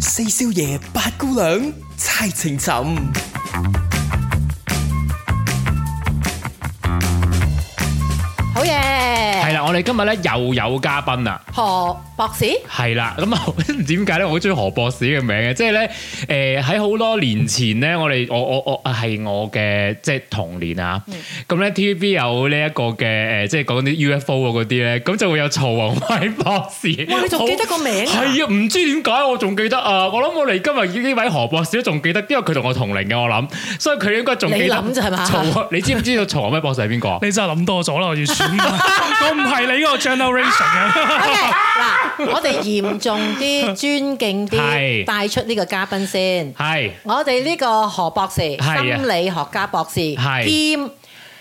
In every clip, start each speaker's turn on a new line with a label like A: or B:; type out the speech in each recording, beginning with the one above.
A: 四少爺八姑娘猜情尋。
B: 好嘢，
C: 係啦，我哋今日咧又有嘉賓啦，
B: 何博士，
C: 係啦，咁啊 唔知點解咧，我好中意何博士嘅名嘅，即係咧誒喺好多年前咧，我哋我我我啊係我嘅即係童年啊，
B: 嗯
C: 咁咧 TVB 有呢一個嘅誒，即係講啲 UFO 啊嗰啲咧，咁就會有曹宏偉博士。
B: 哇你仲記得個名啊
C: 好係啊，唔知點解我仲記得啊！我諗我哋今日呢位何博士都仲記得，因為佢同我同齡嘅，我諗，所以佢應該仲記
B: 你
C: 得。
B: 諗啫係嘛
C: 曹，你知唔知道曹宏偉博士係邊個啊？
D: 你真係諗多咗啦，我要選，我唔係你嗰個 generation 嘅。
B: OK，嗱，我哋嚴重啲、尊敬啲，
C: 係
B: 帶出呢個嘉賓先。
C: 係。
B: 我哋呢個何博士，
C: 係啊
B: 心理學家博士，
C: 係
B: 兼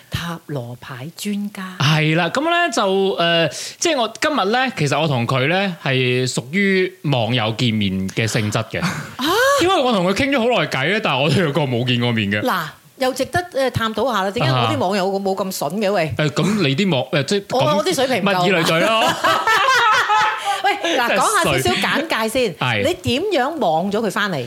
B: 塔羅牌專家。
C: 係啦，咁咧就誒、呃即係我今日咧，其實我同佢咧係屬於網友見面嘅性質嘅，
B: 啊
C: 因為我同佢傾咗好耐偈咧，但係我哋兩個冇見過面嘅。誒、
B: 嗱，又值得誒探討下啦。點解我
C: 啊
B: 啲網友冇咁筍嘅喂？
C: 咁你啲網誒、即係
B: 我
C: 咁
B: 我啲水平唔夠啊
C: 物以類聚咯。
B: 喂，嗱，講下
C: 真係
B: 少
C: 衰
B: 少簡介先。
C: 係
B: 你點樣網咗佢翻嚟？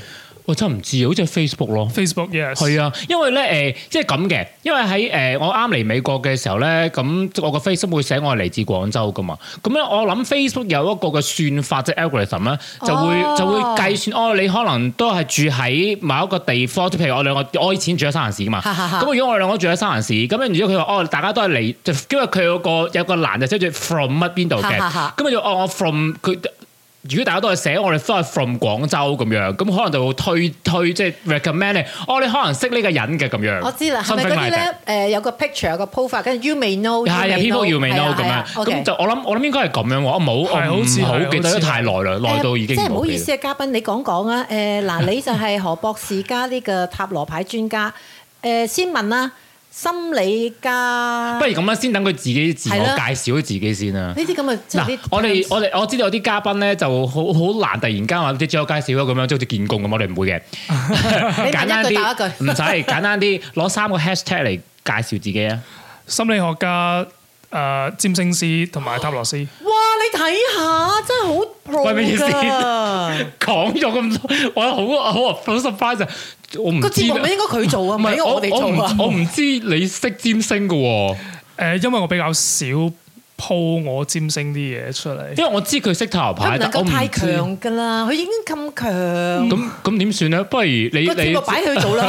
C: 我真係唔知，好似係 Facebook 咯。
D: Facebook yes，
C: 係啊，因為咧誒、即係咁嘅，因為喺誒、我啱嚟美國嘅時候咧，咁我個 Facebook 會寫我係嚟自廣州噶嘛，咁咧我諗 Facebook 有一個嘅算法即係 algorithm 咧，就會、
B: 哦
C: 就會計算哦，你可能都係住喺某一個地方，即係譬如我兩個，我以前住喺沙蘭市噶嘛，
B: 哈哈哈
C: 咁如果我哋兩個住喺沙蘭市，咁然之後佢話哦，大家都係嚟，就因為佢有個有個欄就寫住 from 乜邊度嘅，
B: 哈哈哈
C: 咁佢就哦我 from 佢。如果大家都係寫我哋都係 from 廣州咁樣，咁可能就會推推即係 recommend 你，哦，你可能識呢個人嘅咁樣。
B: 我知啦，係咪
C: Something
B: 嗰啲
C: like that？
B: 咧？誒有個 picture 有個 profile，跟住 you may know，
C: 係啊，people you may know 咁
B: 係
C: 樣
B: 啊，
C: 咁
B: OK
C: 就我諗我諗應該係咁樣喎，我冇
D: 係
C: 我
D: 好似
C: 唔
D: 係
C: 好記得
D: 好似係
C: 得太耐啦，耐到已經
B: 誒即係唔好
C: 記
B: 意
C: 得
B: 思啊，嘉賓，你講 講啊。誒嗱，你就係何博士加呢個塔羅牌專家。誒先問啦，心理家
C: 不如咁啦，先等佢自己自我
B: 啊係啦
C: 介紹咗自己先啦。
B: 呢啲咁嘅即係
C: 嗱
B: 啲，
C: 我哋我哋我知道有啲嘉賓咧就好好難突然間話啲自我介紹咁樣，即係好似見工咁，我哋唔會嘅。
B: 你
C: 簡單
B: 問一句答一
C: 啲，
B: 句。
C: 唔使簡單啲，攞三個 hashtag 嚟介紹自己啊！
D: 心理學家、誒占星師同埋塔羅師，
B: 哇！你睇下，真係好 pro
C: 喂咩意思
B: 㗎。
C: 講咗咁多，我好好好 surprise 啊！我 唔
B: 個
C: 知
B: 節目咪應該佢做啊，唔係應該我哋
C: 我
B: 做啊嗯
C: 唔。我唔知你識占星嘅喎，
D: 誒呃因為我比較少鋪我占星啲嘢出嚟，
C: 因為我知佢識塔羅
B: 佢
C: 牌，
B: 唔能
C: 但我
B: 夠
C: 唔
B: 太
C: 知
B: 強㗎啦，佢已經咁強，
C: 咁咁點算咧？不如你
B: 個節
C: 你
B: 目擺佢做啦。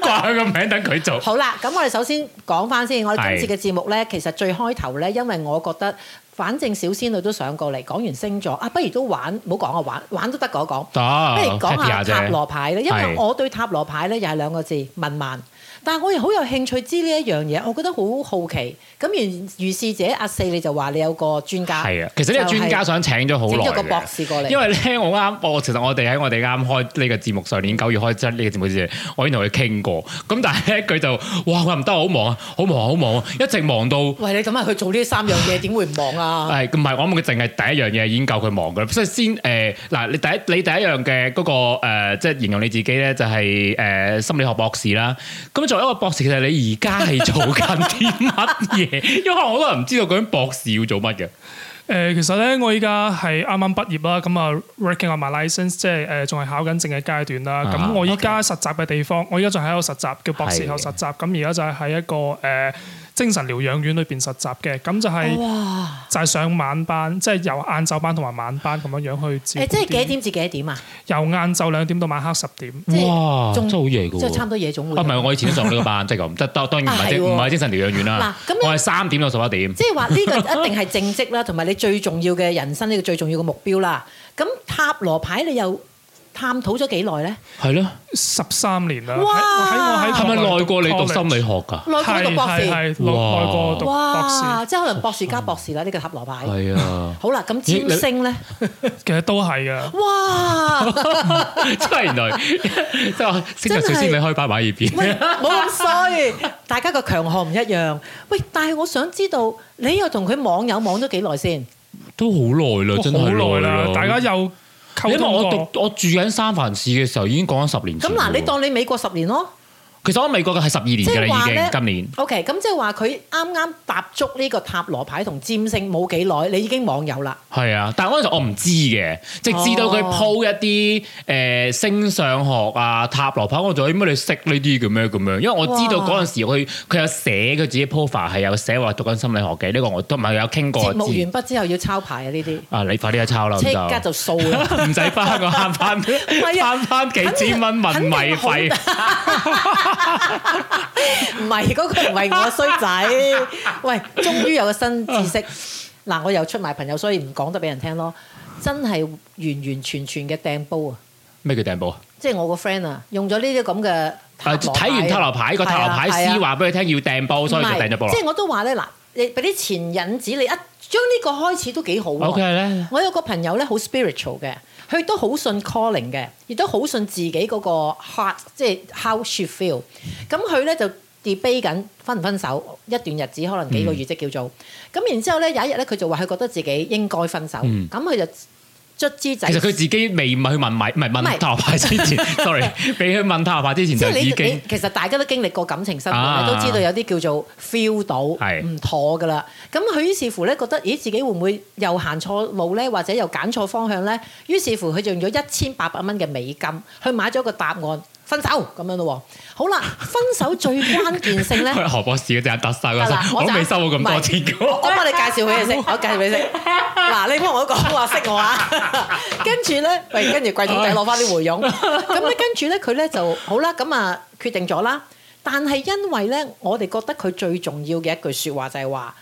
C: 掛佢個名等佢做。
B: 好啦，咁我哋首先講翻先，我哋今次
C: 係
B: 嘅節目咧，其實最開頭咧，因為我覺得反正小仙女都上過嚟，講完星座啊，不如都玩，唔好講啊，玩玩都得嗰講，
C: 得
B: 不如講
C: happy
B: 下
C: 下
B: 塔
C: 啫
B: 羅牌咧，因為
C: 係
B: 我對塔羅牌咧又係兩個字文盲，但係我又好有興趣知呢一樣嘢，我覺得好好奇。咁如如是者阿四你就話你有個專家，
C: 係啊，其實呢個專家想請咗好
B: 整咗個
C: 耐
B: 博
C: 嘅。
B: 士過嚟，
C: 因為咧，我啱我其實我哋喺我哋啱開呢個節目，上年九月開真呢個節目之前，我已經同佢傾過。咁但係咧，佢就哇，佢話唔得，我好忙啊，好忙啊，好忙啊，一直忙到誒，
B: 喂你諗下佢做呢三樣嘢點會唔忙啊？
C: 唔係我諗佢淨係第一樣嘢已經夠佢忙噶啦。所以先誒嗱，你第一你第一樣嘅嗰個誒，即係形容你自己咧，就係誒心理學博士啦。咁作為一個博士，其實你而家係做緊啲乜嘢？ 因為可能好多人唔知道究竟博士要做乜嘅。
D: 誒呃其實咧我依家係啱啱畢業啦，咁啊 working on my license，即係誒仲係考緊證嘅階段啦。
C: 啊
D: 咁我依家實習嘅地方，我依家仲喺度實習叫博士後實習，咁而家就係喺一個誒精神療養院裏邊實習嘅，咁就係。
B: 哇！
D: 就係上晚班，即係由晏晝班同埋晚班咁樣樣去照顧
B: 誒
D: 啲。
B: 即係幾點至幾點啊？
D: 由晏晝兩點到晚黑十點。
B: 即係
C: 哇，
B: 仲
C: 真係好嘢㗎
B: 即係差
C: 喎！
B: 唔多夜總會
C: 啊，唔。係，我以前都上呢個班，即係咁，即係當當然唔係精
B: 啊係喎
C: 唔係精神療養院啦
B: 嗱咁。你
C: 我係三點到十一點。
B: 即係話呢個 一定係正職啦，同埋你最重要嘅人生呢個最重要嘅目標啦。咁塔羅牌你又探討咗幾耐咧？
C: 係咯，
D: 十三年啦。
B: 哇
D: 喺我喺
C: 係咪
D: 國內
C: 耐過你讀心理
D: college？
C: 學㗎？
B: 內科讀博
D: 係
B: 士，
D: 係係耐
C: 哇
D: 耐過讀博士，
B: 哇！即係可能博士加博士啦，呢個塔羅牌。
C: 係啊，
B: 好啦，咁
C: 咦你
B: 占星咧，
D: 其實都係嘅。
B: 哇！
C: 真係原來即係話星
B: 真
C: 期
B: 係
C: 小仙女開八馬耳
B: 喂，
C: 邊。
B: 冇咁衰，大家個強項唔一樣。喂，但係我想知道，你又同佢網友網咗幾耐先？
C: 都好耐啦，真係
D: 好耐啦，大家
C: 因
D: 又溝
C: 為
D: 通
C: 我
D: 過。
C: 讀我住緊三藩市嘅時候已經講緊十年
B: 咁
C: 前
B: 嗱，
C: 喎
B: 你當你美國十年咯，
C: 其實我喺美國嘅係十二年
B: 即
C: 嘅
B: 係
C: 啦，
B: 話
C: 已經
B: 咧
C: 今年。
B: OK，咁即係話佢啱啱踏足呢個塔羅牌同占星冇幾耐，你已經網友啦。
C: 係啊，但係嗰陣時我唔知嘅，直至到佢
B: 哦
C: po 一啲誒、呃星相學啊、塔羅牌，我就話點解你識呢啲嘅咩咁樣？因為我知道
B: 哇
C: 嗰陣時佢佢有寫佢自己 profile 係有寫話讀緊心理學嘅，呢、個我都唔係有傾過
B: 節
C: 知。
B: 目完畢之後要抄牌啊！呢啲
C: 啊，你快啲去抄啦，咁
B: 即刻就掃啦。
C: 唔使翻我慳翻
B: 係啊
C: 慳翻幾千
B: 肯
C: 蚊文
B: 定
C: 米
B: 好
C: 費。
B: 唔係嗰個唔係我衰仔。 喂，終於有個新知識。嗱，我又出賣朋友，所以唔講得俾人聽咯。真係完完全全嘅掟煲啊！
C: 咩叫訂報啊？
B: 即係我個 friend 啊，用咗呢啲咁嘅塔
C: 啊
B: 羅牌
C: 睇完塔羅牌個塔羅牌
B: 係啊
C: 師話俾佢聽要訂報，所以就
B: 唔係
C: 訂咗報
B: 即
C: 啦。
B: 係我都話咧，嗱，你俾啲前引子，你一將呢個開始都幾好喎
C: OK 咧，
B: 我有個朋友咧，好 spiritual 嘅，佢都好信 calling 嘅，亦都好信自己嗰個 heart，即係 how she feel。咁佢咧就 debate 緊分唔分手，一段日子可能幾
C: 嗯
B: 個月啫叫做。咁然之後咧有一日咧，佢就話佢覺得自己應該分手，
C: 嗯
B: 咁佢就卒之仔
C: 其實佢自己未去問米，唔係
B: 唔係
C: 問塔羅牌之 前，sorry，俾佢問塔羅牌之前
B: 即
C: 就
B: 係你
C: 已
B: 你
C: 經
B: 其實大家都經歷過感情生活咧，
C: 啊
B: 都知道有啲叫做 feel 到
C: 係
B: 唔妥噶啦。咁佢於是乎咧覺得，咦自己會唔會又行錯路咧，或者又揀錯方向咧？於是乎佢就用咗一千八百蚊嘅美金去買咗個答案，分手咁樣咯喎。好啦，分手最關鍵性咧。
C: 何博士嗰陣得晒
B: 嗱
C: 啦，
B: 嗱
C: 我
B: 就
C: 未收過咁多錢嘅
B: 我
C: 喎。
B: 幫你介紹俾你識，我介紹 俾你識。嗱，你幫我講話識我 啊。跟住咧，喂，跟住貴總仔攞翻啲 回佣。咁咧，跟住咧，佢咧就好啦，咁啊決定咗啦。但係因為咧，我哋覺得佢最重要嘅一句説話就係話。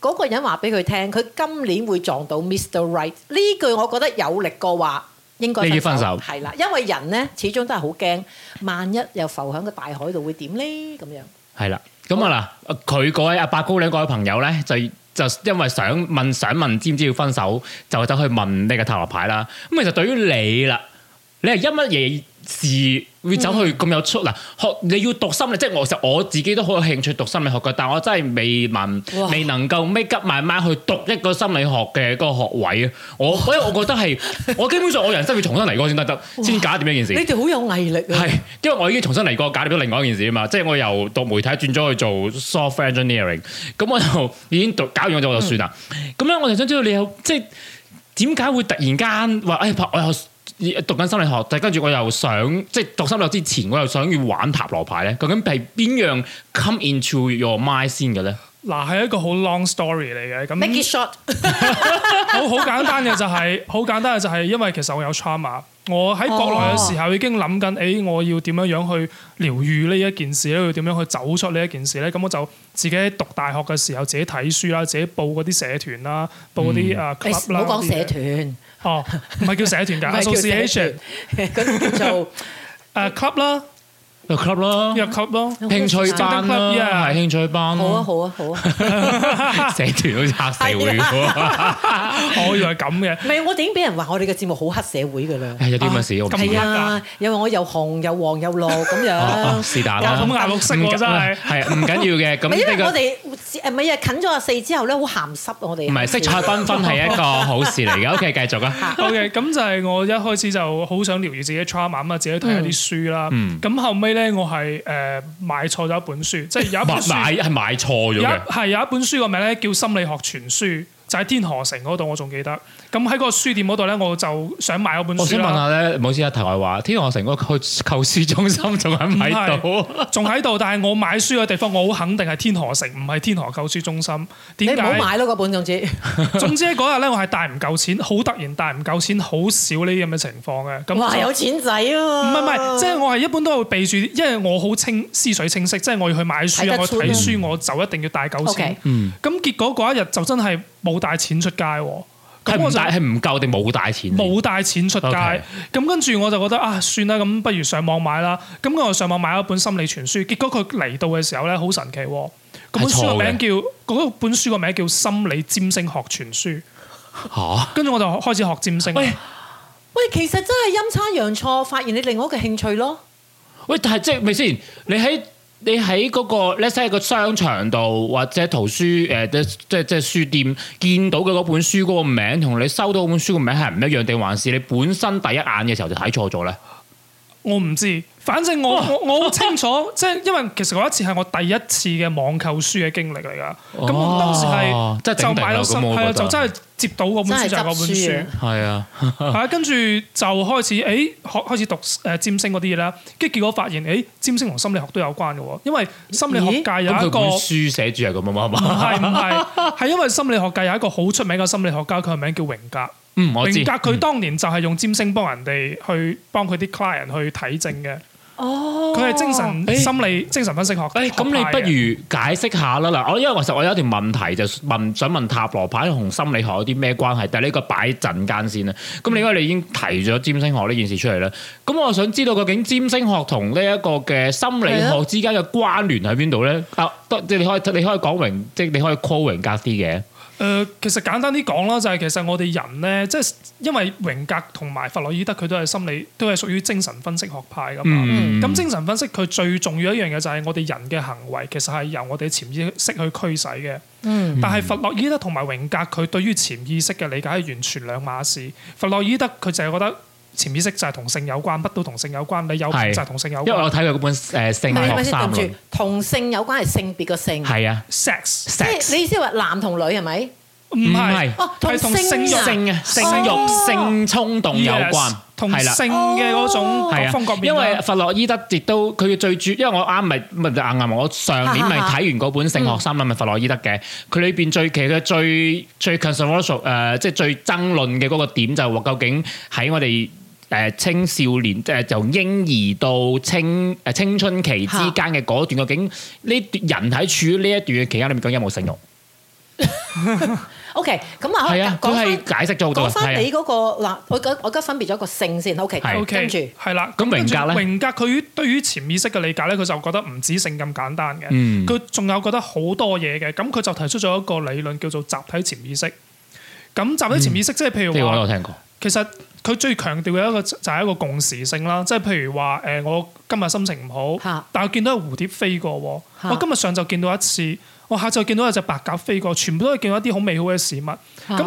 B: 嗰個人話俾佢聽，佢今年會撞到 Mr. Right 呢句，我覺得有力過話應該
C: 你要
B: 分
C: 分
B: 手
C: 手
B: 係啦，因為人咧始終都係好驚，萬一又浮喺個大海度會點咧咁樣。
C: 係啦，咁啊嗱，佢嗰位阿白姑娘嗰位朋友咧，就就因為想問想問知唔知要分手，就走去問呢個塔羅牌啦。咁其實對於你啦，你係因乜嘢事會走去咁有出嗱？學你要讀心理，即係我其實我自己都好有興趣讀心理學嘅，但我真係未
B: 哇
C: 問，未能夠 make up my mind 去讀一個心理學嘅嗰個學位啊！我所以我覺得係，我基本上我人生要重新嚟過先得得，先搞掂呢件事
B: 你。哋好有毅力啊！
C: 係，因為我已經重新嚟過，搞掂咗另外一件事啊嘛，即係我由讀媒體轉咗去做 software engineering，咁我就已經讀搞完咗我就算啦。咁咧、我就想知道你有即係點解會突然間話，哎，我又讀緊心理學，但係跟住我又想即係讀心理學之前，我又想要玩塔羅牌咧，究竟係邊樣 come into your mind 先嘅咧？
D: 嗱，係一個好 long story 嚟嘅，
B: Make it
D: 咁
B: short。
D: 好好簡單嘅就係、 好簡單嘅就係、因為其實我有 trauma，我
B: 哦
D: 喺國內嘅時候已經諗緊，誒、我要點樣樣去療愈呢一件事咧，要點樣去走出呢一件事咧，咁我就自己喺讀大學嘅時候自己睇書啦，自己報嗰啲社團啦，報嗰啲誒
B: 嗯你
D: club 啦，
B: 唔好講
D: 嗰啲嘢
B: 社團，
D: 哦，唔係叫社團㗎
B: 唔係叫社
D: ，association
B: 團嗰啲叫 做
D: 誒 club 啦，
C: 個 club 啦，
B: 哦
D: 約 club 咯。
C: 興趣班
D: Stand-up
C: 啦，
D: club，yeah
C: 係興趣
D: 嗯
C: 班
B: 好啊
C: 啦，
B: 好啊好啊，
C: 社團好似黑社會喎，
B: 啊
D: 我以為咁嘅，
B: 唔係我哋已經俾人話我哋嘅節目好黑社會㗎啦。
C: 哎唉有啲咁嘅事我唔知
D: 咁
B: 係
D: 黑
C: 嘅。
B: 啊
D: 㗎，
B: 因為我又紅又黃又綠咁
C: 哦
B: 樣。
C: 哦是但啦，
D: 啊咁顏綠色喎真係
C: 係唔緊要嘅。
B: 唔係因為
C: 咁呢
B: 我
C: 個
B: 哋誒唔係啊，近咗阿四之後咧，好鹹濕啊我哋。
C: 唔係色彩繽紛係一個好事嚟 嘅。OK，繼續啊。
D: OK，咁就係我一開始就好想療愈自己嘅 trauma 咁啊，自己睇下啲書啦。
C: 嗯
D: 咁後尾咧，我係誒買錯咗一本書，即係有 一本
C: 買
D: 書，
C: 買係買錯咗
D: 有一
C: 嘅。
D: 係有一本書個名咧叫《心理學全書》，就喺天河城嗰度，我仲記得。咁喺個書店嗰度咧，我就想買嗰本
C: 我
D: 書
C: 想問
D: 啦，
C: 下咧，唔好意思啊，題外話，天河城嗰個購購書中心仲喺唔喺 度？
D: 仲喺度，但係我買書嘅地方，我好肯定係天河城，唔係天河購書中心。
B: 你
D: 點
B: 唔好
D: 解？
B: 買咯嗰本總之。
D: 總之咧嗰日咧，我係帶唔夠錢，好突然帶唔夠錢，好少呢啲咁嘅情況嘅。咁
B: 哇，
D: 就
B: 有錢仔啊！
D: 唔係唔係，即係我係一般都會備住，因為我好清思緒清晰，即係我要去買
B: 睇
D: 書
B: 得
D: 啊，我
B: 出
D: 睇書我就一定要帶夠
B: OK
D: 錢。
C: 嗯
D: 咁結果嗰一日就真係冇帶錢出街喎，
C: 係
D: 咁我
C: 唔
D: 就
C: 帶係唔夠定冇帶錢？
D: 冇帶錢出街。
C: OK
D: 咁跟住我就覺得啊，算啦，咁不如上網買啦。咁我就上網買咗本心理全書，結果佢嚟到嘅時候咧，好神奇喎。嗰本書個名
C: 係錯
D: 叫嗰本書個名叫《心理占星學全書》，
C: 嚇。
D: 跟住我就開始學占星啦。
C: 喂
B: 喂，其實真係陰差陽錯，發現你另外一個興趣咯。
C: 喂，但係即係咪先？你喺你喺嗰個 let's say 個商場度或者圖書誒即即即係書店見到嘅嗰本書嗰個名，同你收到嗰本書個名係唔一樣，定還是你本身第一眼嘅時候就睇錯咗咧？
D: 我唔知，反正我我我好清楚， 即係因為其實嗰一次係我第一次嘅網購書嘅經歷嚟㗎。咁我當時
C: 哦真
D: 係
C: 係頂
D: 就
C: 定啦
D: 買咗新，
C: 咁我覺
D: 係
C: 得
D: 啊，就真係接到嗰本書就係嗰本
B: 真係執書
D: 書
B: 啊。
C: 係啊，
D: 係啊，跟住就開始，誒、學開始讀誒、占星嗰啲嘢啦，跟住結果發現，誒、占星同心理學都有關嘅喎，因為心理學界有
C: 咁佢
D: 一個
C: 本
D: 唔
C: 書寫住係咁啊嘛係嘛，
D: 係唔係，係因為心理學界有一個好出名嘅心理學家，佢個名叫榮格。
C: 嗯，我知
D: 榮。格佢當年就係用占星幫人哋去幫佢啲 client 去睇症嘅。哦，佢係精神
C: 誒
D: 心理精神分析學。
C: 誒，哎咁
D: 啊
C: 你不如解釋下啦嗱，我因為其實我有一條問題就問想問塔羅牌同心理學有啲咩關係，但係呢個擺陣間先啦。
D: 嗯
C: 咁你因為你已經提咗占星學呢件事出嚟啦，咁我想知道究竟占星學同呢一個嘅心理
B: 啊
C: 學之間嘅關聯喺邊度咧？啊，得即係你可以你可以講榮，即係你可以 call 榮格啲嘅。
D: 誒、呃其實簡單啲講啦，就係、其實我哋人咧，即係因為榮格同埋弗洛伊德佢都係心理，都係屬於精神分析學派噶嘛。
C: 嗯
D: 咁、精神分析佢最重要一樣嘢就係我哋人嘅行為其實係由我哋潛意識去驅使嘅。
B: 嗯
D: 但係弗洛伊德同埋榮格佢對於潛意識嘅理解係完全兩碼事。弗洛伊德佢就係覺得潛意識就係同性有關，乜都同性有關，你有
C: 係
D: 就係同性有
C: 因為
D: 關
C: 我睇佢嗰本誒性
B: 係咪
C: 學
B: 先？對
C: 三
B: 唔
C: 論
B: 住，，同性有關係性別個性，
C: 係啊，
D: sex，
B: 即係
C: sex
B: 你意思話男同女係咪？
D: 唔
C: 唔
D: 係
C: 係
B: 哦，同
D: 係同
B: 性
D: 性
B: 啊，
C: 性啊，性
B: 哦
C: 慾、性衝動有
D: Yes，
C: 關，
D: 同
C: 係啦。
D: 性嘅嗰種各
C: 係
D: 方各
C: 啊，
D: 面
C: 因
D: 啦。
C: 為弗洛伊德亦都佢最主，因為我啱咪咪就啱啱我上年
B: 啊
C: 咪睇完嗰本《性學三論》咪弗洛伊德嘅，佢裏邊最其嘅最最 controversial 誒，呃即係最爭論嘅嗰個點就係話究竟喺我哋。誒青少年即係由嬰兒到青誒青春期之間嘅嗰段，究竟呢段人體處於呢一段嘅期間裏面，究竟有冇性慾？
B: OK，咁啊，
C: 係啊，
B: 講
C: 佢
B: 翻
C: 係解釋咗好多
B: 講
C: 嘅。係
B: 翻
C: 啊
B: 你嗰個嗱，我而我而家分別咗個性先，OK，
C: 係
D: O
B: 跟
D: K，
B: 住
D: 係啦。
C: 咁
D: 跟住
C: 榮格呢
D: 榮格佢對於潛意識嘅理解咧，佢就覺得唔止性咁簡單嘅，
C: 嗯
D: 佢仲、有覺得好多嘢嘅。咁佢就提出咗一個理論叫做集體潛意識。咁集體潛意識即係譬
C: 呢
D: 如
C: 個我
D: 話，
C: 有聽過。
D: 其實佢最強調嘅一個就係一個共時性啦，即係譬如話誒、呃我今日心情唔
B: 嚇
D: 好，但我見到有蝴蝶飛過喎，
B: 嚇
D: 我今日上晝見到一次，我下晝見到有隻白鴿飛過，全部都係見到一啲好美好嘅事物。咁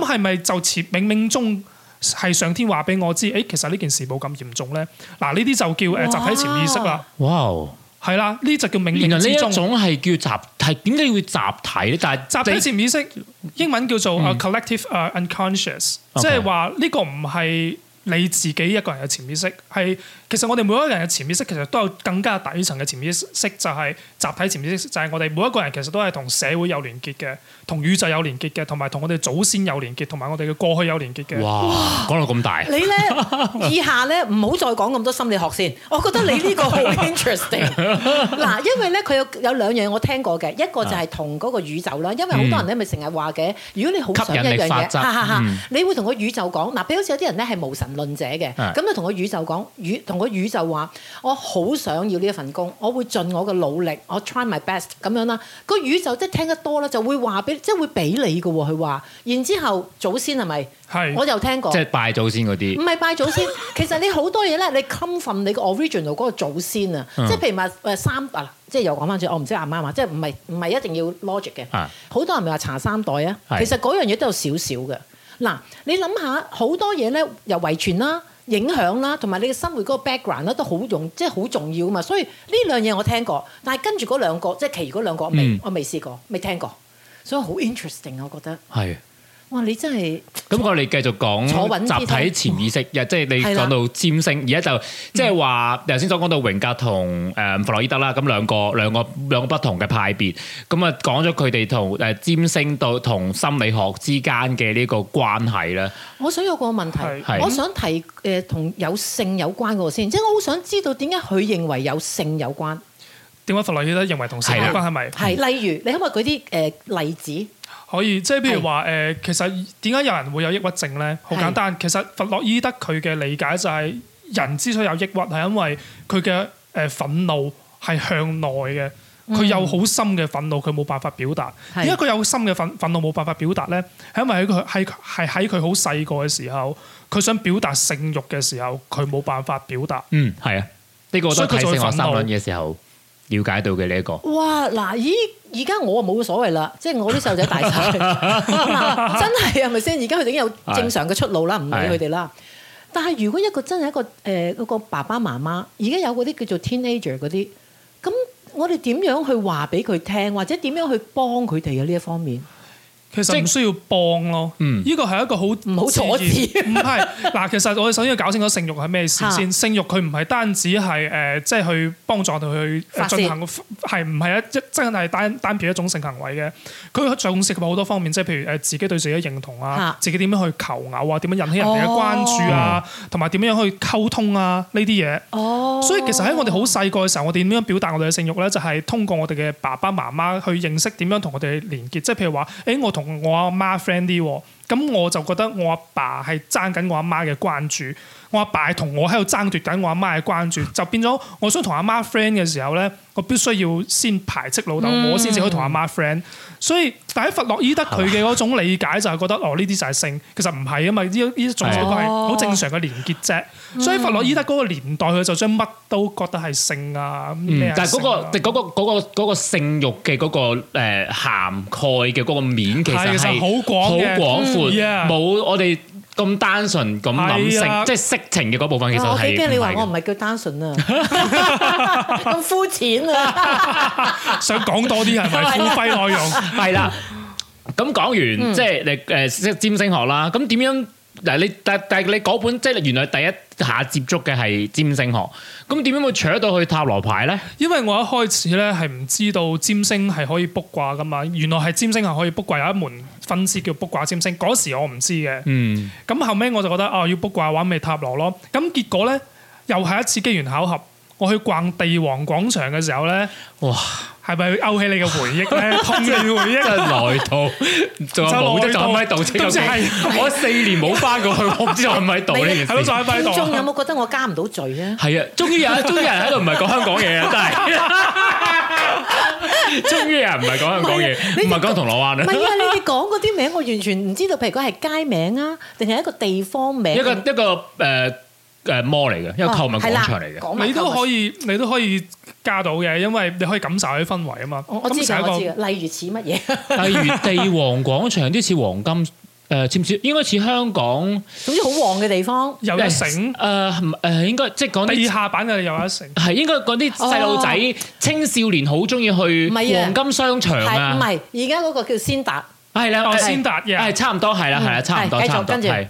D: 係咪就似冥冥中係上天話俾我知？誒、其實呢件事冇咁嚴重咧。嗱，呢啲就叫誒集體潛意識啦，
C: 哇！
D: 係啦，呢就叫冥
C: 原來呢
D: 冥之
C: 一
D: 中。
C: 種係叫集體，點解要集體咧？但係
D: 集體潛意識英文叫做誒 collective 誒 unconscious，
C: 嗯 OK
D: 即係話呢個唔係你自己一個人嘅潛意識，係其實我哋每一個人嘅潛意識其實都有更加底層嘅潛意識，就係集體潛意識，就係我哋每一個人其實都係同社會有連結嘅，同宇宙有連結嘅，同埋同我哋祖先有連結，同埋我哋嘅過去有連結嘅。
C: 哇，講到咁大，
B: 你 咧以下咧唔好再講咁多心理學先，我覺得你呢個 好 interesting。嗱，因為咧佢有有兩樣我聽過嘅，一
C: 啊
B: 個就係同嗰個宇宙啦，因為好多人咧咪成日話嘅，如果你好想一
C: 吸引
B: 樣
C: 力法
B: 嘢，
C: 則
B: 哈哈哈
C: 嗯
B: 你會同個宇宙講，嗱，比如好似有啲人咧係無神論者嘅，
C: 係
B: 咁就啊同個宇宙講，宇同個宇宙話，我好想要呢一份工，我會盡我嘅努力，我 try my best 咁樣啦。個宇宙即係聽得多啦，就會話俾，即係會俾你嘅喎，佢話。然之後祖先係咪？
D: 係
B: 我又聽過
C: 即。係拜祖先嗰
B: 唔
D: 嗯
C: 啲，
B: 係拜 祖先，其實你好多嘢咧，你 come from 你個 original 嗰個祖先啊，
C: 嗯
B: 即係譬如話誒三啊，即係又講翻轉，我唔知啱唔啱啊，即係唔係唔係一定要 logic 嘅
C: 啊，
B: 好多人咪話查三代啊，
C: 係
B: 其實嗰樣嘢都有少少嘅。嗱，你諗下好多嘢咧，由遺傳啦、影響啦，同埋你嘅生活嗰個 background 啦，都好用，即係好重要啊嘛。所以呢兩嘢我聽過，但係跟住嗰兩個，即係其餘嗰兩個我未，
C: 嗯
B: 我未試過，未聽過，所以好 interesting 啊我覺得。
C: 係。
B: 哇！你真係〜
C: 咁我哋繼續
B: 坐穩
C: 講
B: 啲
C: 集體潛意識，又即係你
B: 係啦
C: 講到占星，而家就即
D: 嗯
C: 係話頭先所講到榮格同誒弗洛伊德啦，咁兩個兩個兩個不同嘅派別，咁啊講咗佢哋同誒占星到同心理學之間嘅呢個關係啦。
B: 我想有個問題
D: 係，
C: 係
B: 我想提誒同、有性有關嗰個先，即係我好想知道點解佢認為有性有關？
D: 點解弗洛伊德認為同性有
C: 係
D: 關係咪？
B: 係例如你可唔可以舉啲誒、呃例子？
D: 可以，即係譬
B: 係
D: 如話誒、呃其實點解有人會有抑鬱症咧？好
B: 係
D: 簡單，其實弗洛伊德佢嘅理解就係人之所以有抑鬱，係因為佢嘅誒憤怒係向內嘅，佢有好深嘅憤怒，佢冇辦法表達。
B: 嗯係
D: 點解佢有深嘅憤憤怒冇辦法表達咧？係因為喺佢係係喺佢好細個嘅時候，佢想表達性慾嘅時候，佢冇辦法表達。
C: 嗯，係啊，呢個我都
D: 所以
C: 睇
D: 佢就會
C: 性學
D: 憤怒
C: 三論嘅時候了解到嘅呢一個。
B: 哇！嗱，咦，而家我啊冇所謂啦，即係我啲細路仔大晒，嗱真係係咪先？而家佢哋已經有正常嘅出路啦，唔理佢哋啦。但係如果一個真係一個誒呃嗰、個爸爸媽媽，而家有嗰啲叫做 teenager 嗰啲，咁我哋點樣去話俾佢聽，或者點樣去幫佢哋嘅呢一方面？
D: 其實唔需要幫咯，
C: 嗯
D: 呢個係一個好唔
B: 好阻止
D: 唔係嗱，其實我哋首先要搞清楚性慾啊係咩事先。性慾佢唔係單止係誒，即係去幫助到佢
B: 發
D: 呃
B: 泄
D: 進行，係唔係一一真係單單撇一種性行為嘅？佢仲涉及好多方面，即係譬如誒自己對自己嘅認同啊
B: 嚇，哦
D: 自己點樣去求偶啊，點樣引起人哋嘅關注啊，同埋點樣去溝通啊呢啲嘢。
B: 哦
D: 所以其實喺我哋好細個嘅時候，我哋點樣表達我哋嘅性慾呢？就係、通過我哋嘅爸爸媽媽去認識點樣同我哋連結。即係譬如話，誒、我同我阿媽 friend 啲喎，咁我就覺得我阿爸係爭緊我阿媽嘅關注，我阿爸係同我喺度爭奪緊我阿媽嘅關注，就變咗我想同阿媽 friend 嘅時候呢，我必須要先排斥老豆，我先至可以同阿媽 friend。所以，但喺弗洛伊德佢嘅嗰種理解就係覺得哦，呢啲就係性，其實唔係啊嘛，呢呢一種只不過係
B: 哦
D: 好正常嘅連結啫。所以弗洛伊德嗰個年代，佢就將乜都覺得係性啊，咩
C: 嗯
D: 啊
C: 但係嗰個即
D: 性
C: 係嗰個嗰個嗰個性慾嘅嗰個誒涵蓋嘅嗰個面其
D: 係
C: 實
D: 其實
C: 係
D: 好廣
C: 好
D: 嘅
C: 廣
D: 嗯
C: 闊，
D: yeah
C: 冇我哋咁單純咁諗
D: 係
C: 性，
D: 啊
C: 即係色情嘅嗰部分其實
B: 哇我幾
C: 係
B: 驚哦你話我
C: 唔
B: 唔係
C: 係
B: 叫單純 啊，咁膚淺啊！
D: 啊 想講 多啲係咪？付費內容
C: 嘅係啦。咁講
B: 嗯
C: 完即係你誒即係占星學啦，咁點樣嗱你但但係你嗰本即係原來第一下接觸嘅係占星學，咁點樣會扯到去塔羅牌咧？
D: 因為我一開始咧係唔知道占星係可以卜卦噶嘛，原來係占星係可以卜卦，有一門分支叫卜卦占星。嗰時我唔知嘅，
C: 嗯，
D: 咁後尾我就覺得啊，要卜卦玩咪塔羅咯。咁結果咧，又係一次機緣巧合，我去逛地王廣場嘅時候咧，
C: 哇！
D: 係咪勾起你嘅回 憶咧？童年回
C: 真係
D: 憶。啊
C: 來到，仲有冇得就
D: 就來到
C: 喺度？即
D: 都知
C: 係
D: 係
C: 我四年冇翻過去，我唔知我係咪喺度呢件
D: 係咯，
C: 事
D: 仲。喺咪
B: 聽眾有
D: 度？
B: 冇覺得我加唔到罪啊？
C: 係啊，終於有終於有人喺度唔係講香港嘢啊！真係，終於有人唔係講香港嘢，唔
B: 唔係啊你
C: 係講銅鑼
B: 唔係
C: 灣啊，
B: 啊！你哋講嗰啲名，我完全唔知道。譬如講係街名啊，定係一個地方名？
C: 一個一個誒誒 mall 嚟嘅，一個購物
B: 哦係啦
C: 廣場嚟嘅。
B: 講埋
D: 你都
B: 購物
D: 可以，你都可以加到嘅，因為你可以感受佢氛圍啊嘛。
B: 哦我我知
D: 咁成
B: 嘅，
D: 一
B: 我知
D: 個
B: 嘅。例如似乜嘢？
C: 例如地王廣場啲似黃金誒，似唔似應該似香港
B: 總之好旺嘅地方。
D: 又一城
C: 誒誒應該即係講啲
D: 地下版嘅又 一城。
C: 係應該嗰啲細路仔、青少年好中意去
B: 哦唔係啊
C: 黃金商場
B: 係唔
C: 啊，
B: 係？而家嗰個叫先達，
C: 係啦，
D: 哦
C: 係
D: 先達嘅
C: 係差唔多係啦，係啦，
B: 嗯
C: 差唔多，
B: 係繼續
C: 差唔多，
B: 跟住
C: 係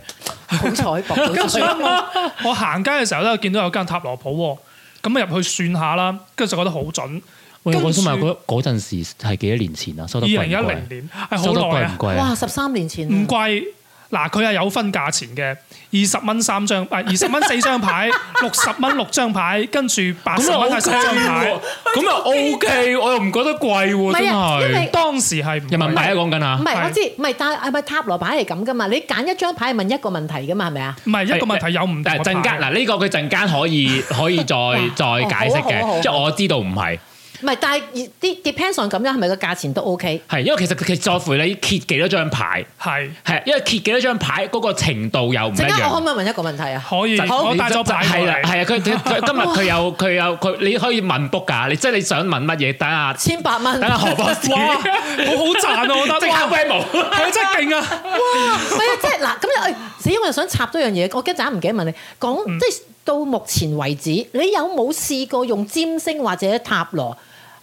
B: 好彩博到
D: 跟住咧，
B: 彩。
D: 我我行街嘅時候咧，見到有間塔羅鋪喎，咁啊入去算下啦，跟住就覺得好準。
C: 喂，
D: 跟住
C: 我想問嗰嗰陣時係幾多年前啊？收
D: 二
C: 得貴
D: 零
C: 唔
D: 一
C: 貴
D: 零年係
C: 收得
D: 好
C: 貴唔
D: 耐啊，
C: 貴啊
B: 哇！？十三年前啊
D: 唔貴。嗱，佢係有分價錢嘅，二十蚊三張，啊二十蚊四張 牌，六十蚊六張牌，跟住八十
C: 咁啊又
D: 蚊
B: 啊
C: OK
D: 係十張牌
C: 喎。，咁又 OK，我又唔覺得貴
B: 唔
C: 喎，真
B: 係啊，因
C: 係
B: 為。
D: 當時係唔
C: 人民幣啊，講緊
B: 唔
C: 啊，
B: 係，我
D: 係
B: 知，唔係，但係咪塔羅牌係咁噶嘛？你揀一張牌係問一個問題噶嘛？係咪啊？
D: 唔係一個問題有唔同
C: 但
D: 嘅
C: 係陣間
D: 牌。
C: 嗱，呢個佢陣間 可以可以再再解釋
B: 好啊好啊好
C: 嘅，
B: 啊
C: 即係我知道唔係。
B: 唔係，但係啲 depends on 咁樣係咪個價錢都 OK？
C: 係，因為其實佢在乎你揭幾多張牌，
D: 係
C: 係因為揭幾多張牌嗰個程度又唔一
B: 陣間
C: 樣嗯
B: 我。可唔可以問一個問題啊？
D: 可以，
B: 好
D: 我帶咗牌
C: 係
D: 過
C: 啦，
D: 嚟。
C: 係啊，佢佢 佢今日佢有佢有佢，你可以問 book 㗎，你即係你想問乜嘢？等下
B: 千八蚊，
C: 等下何博士
D: 哇，好好賺啊！我覺得
C: 即刻
D: 哇
C: Wemo，。
D: 佢真係勁啊！
B: 唔係啊，即係嗱，咁又哎死，我又想插多樣嘢，我驚陣間唔記得問你講，即係到目前為止，你有冇試過用占星或者塔羅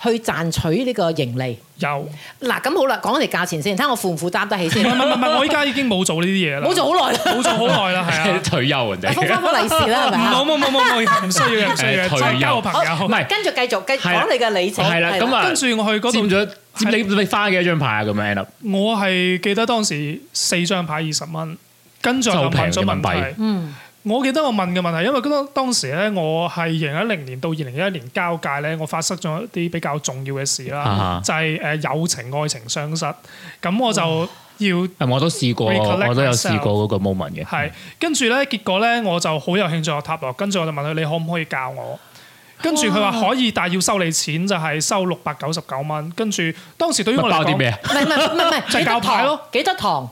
B: 去賺取呢個盈利？
D: 有。
B: 嗱，咁好啦，講嚟價錢先，睇下我負唔負擔得起先
D: 唔係唔。係唔係，我依家已經冇做呢啲嘢啦，
B: 冇做好耐啦，
D: 冇做 好耐啦，係啊
C: 退休人
B: 嗱封
C: 哋。
B: 翻封利是啦，係咪
D: 冇
B: 啊？
D: 冇冇冇冇，唔需要嘅，唔需要
C: 誒退
D: 嘅，
C: 休
D: 再交個朋
B: 好
D: 友。
C: 唔係
B: 跟住繼續繼續
C: 係啦
B: 講你嘅理程。
C: 係啦
B: 係
C: 咁啊
D: 跟住我去嗰
C: 佔
D: 度，
C: 咗佔你你花幾多張牌啊？咁樣 end up
D: 我係記得當時四張牌二十蚊，跟住我
C: 就
D: 就
C: 平
D: 問咗
C: 人民
D: 問
C: 幣
D: 題。
B: 嗯，
D: 我記得我問嘅問題，因為當當時咧，我係二零一零年到二零一一年交界咧，我發生咗一啲比較重要嘅事
C: 啊哈
D: 啦，就係誒友情愛情相失，咁我就要。
C: 係我都試過，
D: Recollect
C: 我都有試過嗰個 moment 嘅。
D: 係，跟住咧，結果咧，我就好有興趣學塔羅，跟住我就問佢你可唔可以教我？跟住佢話可以，但係要收你錢，就係收六百九十九蚊。跟住當時對於
C: 咪
D: 我嚟
C: 包啲
D: 講，
C: 咩
D: 誒、
C: 啊？
B: 唔係唔係唔係唔係，
D: 就係
B: 幾多
D: 教牌
B: 堂
D: 咯？
B: 幾多堂？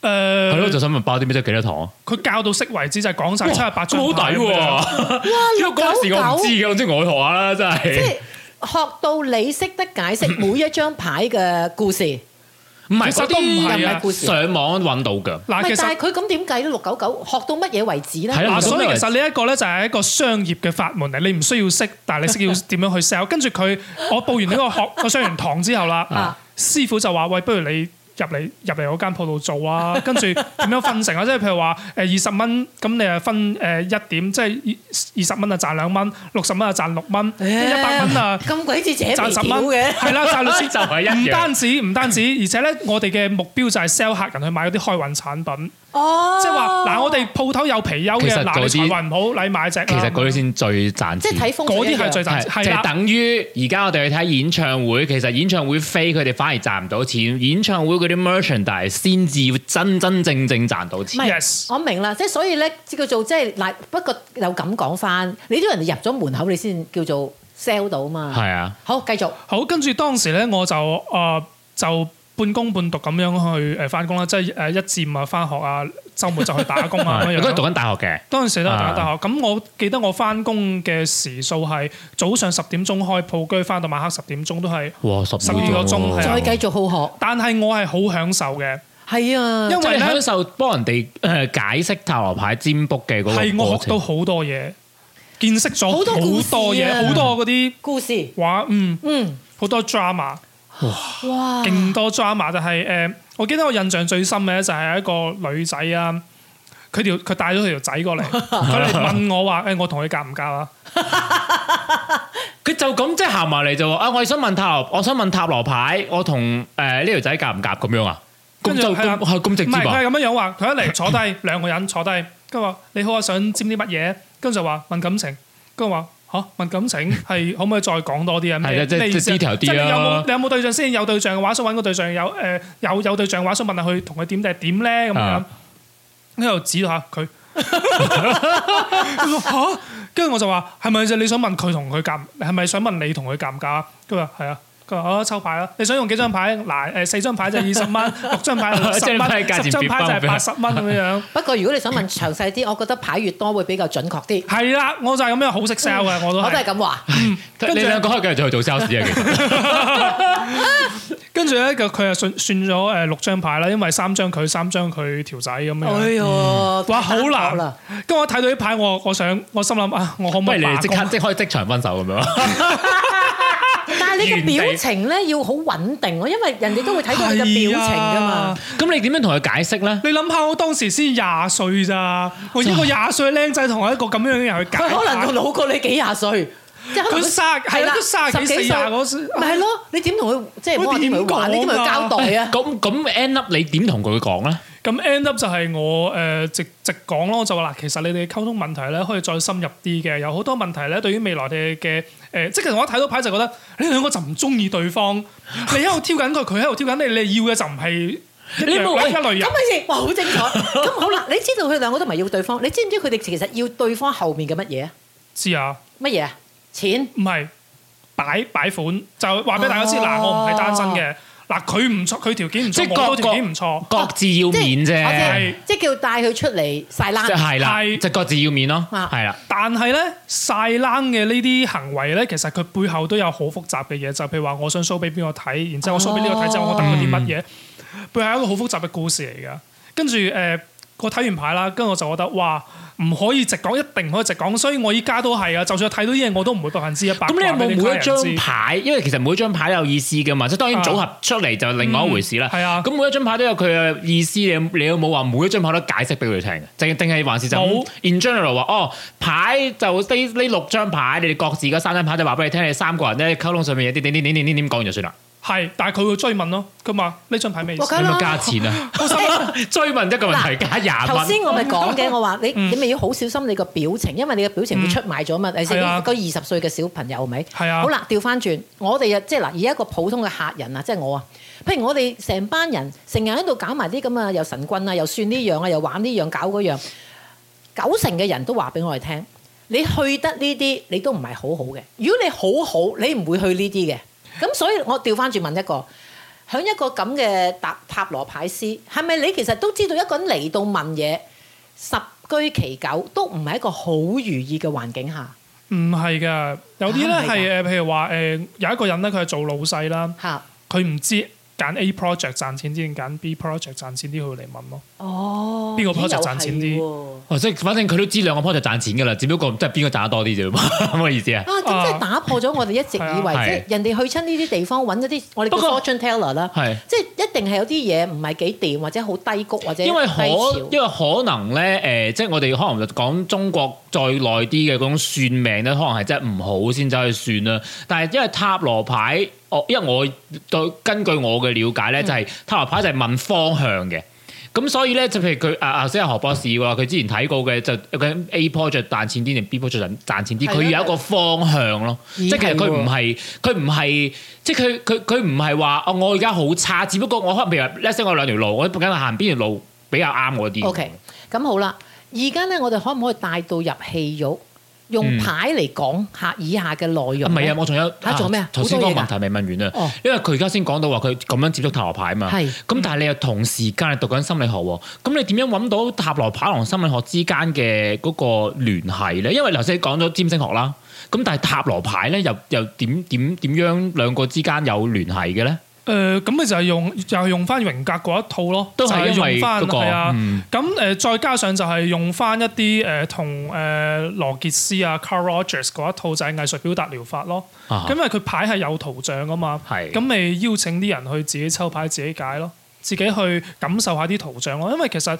C: 係咯，就想問包啲咩即係幾多堂啊？
D: 呃佢教到識為止，就係講晒七十八張
C: 咁好
D: 牌
C: 抵
D: 咁樣
C: 喎！
B: 哇，
C: 因為嗰陣時我唔
B: 六
C: 知
B: 九九
C: 嘅，我即係我去學下啦，真
B: 即係
C: 係。
B: 學到你識得解釋每一張牌嘅故事。
C: 唔係
D: 其實
C: 嗰
D: 都唔係啊
C: 啲上網揾到㗎。
D: 嗱，
B: 喂但
D: 其實
B: 係佢咁點計咧？六九九學到乜嘢為止咧？
C: 係啊
D: 嗱，所以
C: 咁
D: 其實呢一個咧就係一個商業嘅法門嚟，你唔需要識，但係你識要點樣去 sell。跟住佢， 我報完呢 個學個商完堂之後啦
B: 啊，
D: 師傅就話：喂，不如你。入嚟入嚟我間鋪度做 啊，跟住點樣分成啊？即係譬如話誒二十蚊，咁你啊分誒一點，即係二十蚊啊賺兩蚊，六十蚊啊賺六蚊，一百蚊啊
B: 咁鬼似扯皮條
D: 賺十蚊
B: 嘅。
D: 係啦，賺律 師
C: 就係一樣
D: 唔單止唔單止，而且咧我哋嘅目標就係 sell 客人去買嗰啲開運產品。
B: 哦，
D: 即係話嗱，我哋鋪頭有貔貅
C: 其實
D: 嘅，嗱你
C: 嗰啲
D: 財運唔好，你買只啦。
C: 其實嗰啲先最賺
B: 即
C: 錢
B: 係。睇風
D: 嗰
B: 水一樣
D: 啲嗯係最賺
C: 係
D: 錢，
C: 就
D: 係
C: 係
D: 啦。
C: 等於而家我哋去睇演唱會，其實演唱會飛佢哋反而賺唔到錢，演唱會嗰啲 merchandise 先至要真真正正賺到
B: 唔
C: 錢。
B: 係
D: Yes
B: 我明啦，即係所以咧，叫做即係嗱，不過又咁講翻，你都人哋入咗門口，你先叫做 sell 到嘛。
C: 係啊，
B: 好，繼續。
D: 好，跟住當時咧，我就誒就半工半讀咁樣去誒翻工啦，即係誒一至五啊翻學啊，週末就去打 工啊咁
C: 係
D: 樣
C: 嗰陣讀
D: 樣。
C: 緊大學嘅，
D: 當時都係
C: 啊
D: 打大學，咁我記得我翻工嘅時數係早上十點鐘開鋪，跟住翻到晚黑十點鐘都係。
C: 哇十
D: 12個鐘係啊
B: 再繼續好
D: 但係我係好享受嘅，
B: 學，係啊，
D: 因
C: 即
D: 為
C: 係
D: 咧
C: 享受幫人哋誒解釋塔羅牌占卜嘅嗰個
D: 係
C: 過
D: 我學到
C: 程。
D: 好多嘢，見識咗好
B: 好多故事啊
D: 多嘢，好多嗰啲
B: 故事，
D: 話嗯
B: 嗯，
D: 好多 drama。
B: 啊哇，
D: 勁多 drama，就係、誒、呃我記得我印象最深嘅就係一個女仔啊，佢條佢帶咗佢條仔 過嚟，佢嚟問我話：誒、哎我同佢夾唔夾啊？
C: 佢就咁即係行埋嚟就話啊，我想問塔羅，我想問塔羅牌，我同呃誒呢條仔夾唔夾咁樣啊？咁
D: 跟住
C: 就
D: 係啊
C: 咁係咁直接
D: 唔係，
C: 啊
D: 佢係？咁樣樣話，佢一嚟坐低兩個人坐低，跟住話：你好啊，想知啲乜嘢？跟住就話問感情，跟住話。嚇、問感情係可唔可以再講多啲啊？咩
C: 係啊即
D: 咩意思
C: 即
D: 啊
C: detail 啲
D: 即係你有
C: 啦
D: 冇你有冇對象先？有對象嘅話，想揾個對象有誒、有有對象嘅話，想問下佢同佢點定係點咧咁樣
C: 啊。
D: 跟住就指下佢，佢話嚇， 跟住我就話係咪就你想問佢同佢夾，係咪想問你同佢夾唔夾啊？佢話係啊。佢話：哦，抽牌啦！你想用幾張牌？嗱，誒四張牌就二十蚊，六張牌就六十
C: 即係你批價
D: 蚊，
C: 錢
D: 十張牌就
C: 別
D: 係
C: 分
D: 八十蚊咁樣樣。
B: 不過如果你想問詳細啲，我覺得牌越多會比較準確啲，
D: 係啦，我就係咁樣好識 sell 嘅，我都
B: 我都係
D: 係。
B: 咁話。
D: 跟
C: 你
D: 住
C: 兩個可以繼續再去做 sales 啊，其實
D: 跟住咧，佢佢係算算咗誒六張牌啦，因為三張佢，三張佢條仔咁
B: 哎
D: 樣。
B: 呦，
D: 哇，好難
B: 啦！！
D: 跟住我睇到啲牌，我我想我心諗啊， 我可唔
C: 不
D: 可
C: 如
D: 以
C: 你哋
D: 罷
C: 即刻
D: 工？
C: 即可以即場分手咁樣。
B: 但係你嘅表情咧要好穩定喎，因為人哋都會睇到你嘅表情噶嘛。
C: 咁你點樣同佢解釋咧？
D: 你諗下，我當時先廿歲咋，我一個廿歲僆仔同我一個咁樣嘅人去
B: 佢
D: 解
B: 可能
D: 牌
B: 仲老過你幾廿歲，即係可能
D: 佢卅係啦，都卅幾四廿嗰時，
B: 咪係咯？你點同佢即係
D: 喂
B: 幫我點同佢玩？你
D: 點
B: 點同
D: 講
B: 佢
D: 啊
B: 交代啊？
C: 咁咁 end up 你點同佢講咧？
D: 咁 end up 就係我誒、呃直直講咯，就話嗱，其實你哋溝通問題咧可以再深入啲嘅，有好多問題咧對於未來你哋嘅誒，即係其實我一睇到牌就覺得你兩個就唔中意對方，你喺度挑緊佢，佢喺度挑緊你，你要嘅就唔係一
C: 你冇
D: 樣一類
B: 咁
D: 人。
B: 咪先，哇，好精 彩！咁好啦，你知道佢兩個都唔係要對方，你知唔知佢哋其實要對方後面嘅乜嘢啊？
D: 知啊，
B: 乜嘢啊？錢
D: 唔係擺擺款，就話俾大家知嗱，我唔係單身嘅，嗱佢唔錯，佢條件唔
C: 即係
D: 錯，
C: 各
D: 我都條件
C: 個
D: 唔錯，
C: 各自要面啫，
B: 我
D: 係
B: 知即係叫帶佢出嚟晒冷
C: 即。係啦，
D: 係
C: 就各自要面咯，
B: 啊
C: 係啦。
D: 但係咧晒冷嘅呢啲行為咧，其實佢背後都有好複雜嘅嘢，就譬如話我想 show 俾邊個睇，然之後我 show 俾呢個睇之後，我得到啲乜嘢，哦背後係一個好複雜嘅故事嚟噶。跟住誒，呃我睇完牌啦，跟住我就覺得哇，唔可以直講，一定唔可以直講，所以我依家都係啊，就算我睇到啲嘢，我都唔會百分之一百。
C: 咁你有冇每一張
D: 牌？
C: 牌？因為其實每一張牌有意思噶嘛，即係當然
D: 啊
C: 組合出嚟就另外一回事啦。
D: 嗯係啊
C: 咁每一張牌都有佢嘅意思，你你有冇話每一張牌都解釋俾佢聽嘅？定定係還是就咁
D: 冇
C: in general 話哦牌就呢呢六張牌，你哋各自嗰三張牌就話俾你聽，你三個人咧溝通上面有啲點點點點點點講完就算啦。
D: 係，但係佢會追問咯。佢話呢張牌咩意
B: 哇
D: 思？
B: 梗
C: 有
B: 啦
C: 冇加錢 啊？追問一個問題加廿
B: 頭
C: 蚊，
B: 先我咪講嘅，我話你你咪要好小心你個表情，因為你個表情會出賣咗嘛。你先
D: 係啊
B: 嗰二十歲嘅小朋友係咪？
D: 係啊
B: 好啦，調翻轉，我哋啊，即係嗱，以一個普通嘅客人啊，即係我啊，譬如我哋成班人成日喺度搞埋啲咁啊，又神棍啊，又算呢樣啊，又玩呢樣搞嗰樣，九成嘅人都話俾我哋聽，你去得呢啲你都唔係好好嘅。如果你好好，你唔會去呢啲嘅。咁所以我調翻轉問一個。喺一個咁嘅塔塔羅牌師，係咪你其實都知道一個人嚟到問嘢，十居其九都唔係一個好如意嘅環境下
D: 唔係㗎，有啲咧呃
B: 啊唔係㗎
D: 係誒，譬如話誒，有一個人咧，佢係做老細啦。
B: 嚇，
D: 佢唔知揀 A project 賺錢啲定揀 B project 賺錢啲，佢會嚟問咯。
B: 哦，
D: 邊個
B: 咦
D: project
B: 又
D: 賺錢
B: 係
D: 啲
B: 喎
C: 哦，即係反正佢都知兩個 project 賺錢㗎啦，只不過即係邊個賺得多啲啫嘛，咁嘅意思啊？
B: 啊，咁即係打破咗我哋一直以為，
C: 係啊
B: 即係人哋去親呢啲地方揾一啲我哋叫
C: 不過
B: fortune teller 啦，
C: 係
B: 即係一定係有啲嘢唔係幾掂，或者好低谷，或者
C: 因為
B: 低潮
C: 可因為可能咧誒、呃即係我哋可能就講中國再耐啲嘅嗰種算命咧，可能係真係唔好先走去算啦。但係因為塔羅牌，我因為我對根據我嘅了
B: 嗯
C: 解咧，就係、塔羅牌就係問方向嘅。咁所以咧，就譬如佢啊頭先阿何博士話，佢之前睇過嘅就佢 A project 賺錢啲定 B project 賺錢啲，
B: 係啊
C: 佢要有一個方向咯。
B: 咦
C: 即係其實佢
B: 係
C: 唔
B: 喎
C: 係佢唔係即係佢佢佢唔係話哦，我而家好差，只不過我可能譬如話 let's say 我有兩條路，我緊行邊條路比較啱我啲。
B: OK，咁好啦。而家咧，我哋可唔可以帶到入戲肉，用牌嚟講下以下嘅內
C: 啊
B: 容
C: 嗯唔係
B: 咧？
C: 啊，我仲有
B: 嚇仲有咩啊
C: 頭先嗰個
B: 好多嘢
C: 問
B: 㗎
C: 題未問完啊，
B: 哦
C: 因為佢而家先講到話佢咁樣接觸塔羅牌嘛。
B: 係
C: 咁，但係你又同時間係讀緊心理學喎，咁你點樣揾到塔羅牌同心理學之間嘅嗰個聯繫咧？因為頭先講咗占星學啦，咁但係塔羅牌咧又又點點點樣兩個之間有聯繫嘅咧？
D: 誒呃咁咪就係用又係用翻榮格嗰一套咯，
C: 都
D: 就
C: 係
D: 係
C: 因為
D: 用翻
C: 嗰個
D: 係啊
C: 嗯。
D: 咁誒再加上就係用翻一啲誒同誒羅傑斯啊、Carl Rogers 嗰一套就係藝術表達療法咯。
C: 啊
D: 咁因為佢牌係有圖像噶嘛，
C: 係
D: 咁咪邀請啲人去自己抽牌、自己解咯，自己去感受下啲圖像咯。因為其實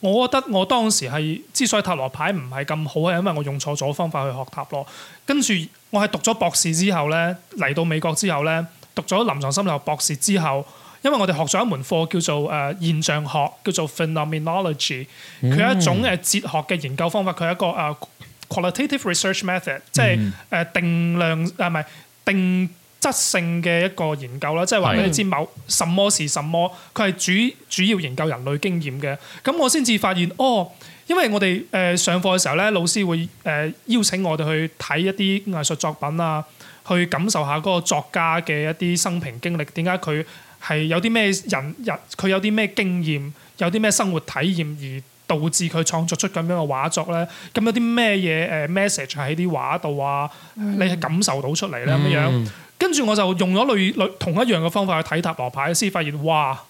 D: 我覺得我當時係之所以塔羅牌唔係咁好，係因為我用錯咗方法去學塔羅。跟住我係讀咗博士之後咧，嚟到美國之後咧，讀咗臨床心理學博士之後，因為我哋學咗一門課叫做誒、呃、現象學，叫做 phenomenology，佢係一種誒哲學嘅研究方法，佢係一個誒、呃 qualitative research method，即係誒、呃定量啊唔係定質性嘅一個研究啦，即係話俾你知某什麼是什麼，佢係主主要研究人類經驗嘅。咁我先至發現哦。因為我哋誒、呃上課嘅時候咧，老師會誒、呃邀請我哋去睇一啲藝術作品啊，去感受下嗰個作家嘅一啲生平經歷，點解佢係有啲咩人人，佢有啲咩經驗，有啲咩生活體驗而導致佢創作出咁樣嘅畫作咧？咁有啲咩嘢誒呃 message 喺啲畫度啊？你係感受到出嚟咧咁樣。跟住我就用咗類類同一樣嘅方法去睇塔羅牌，先發現哇，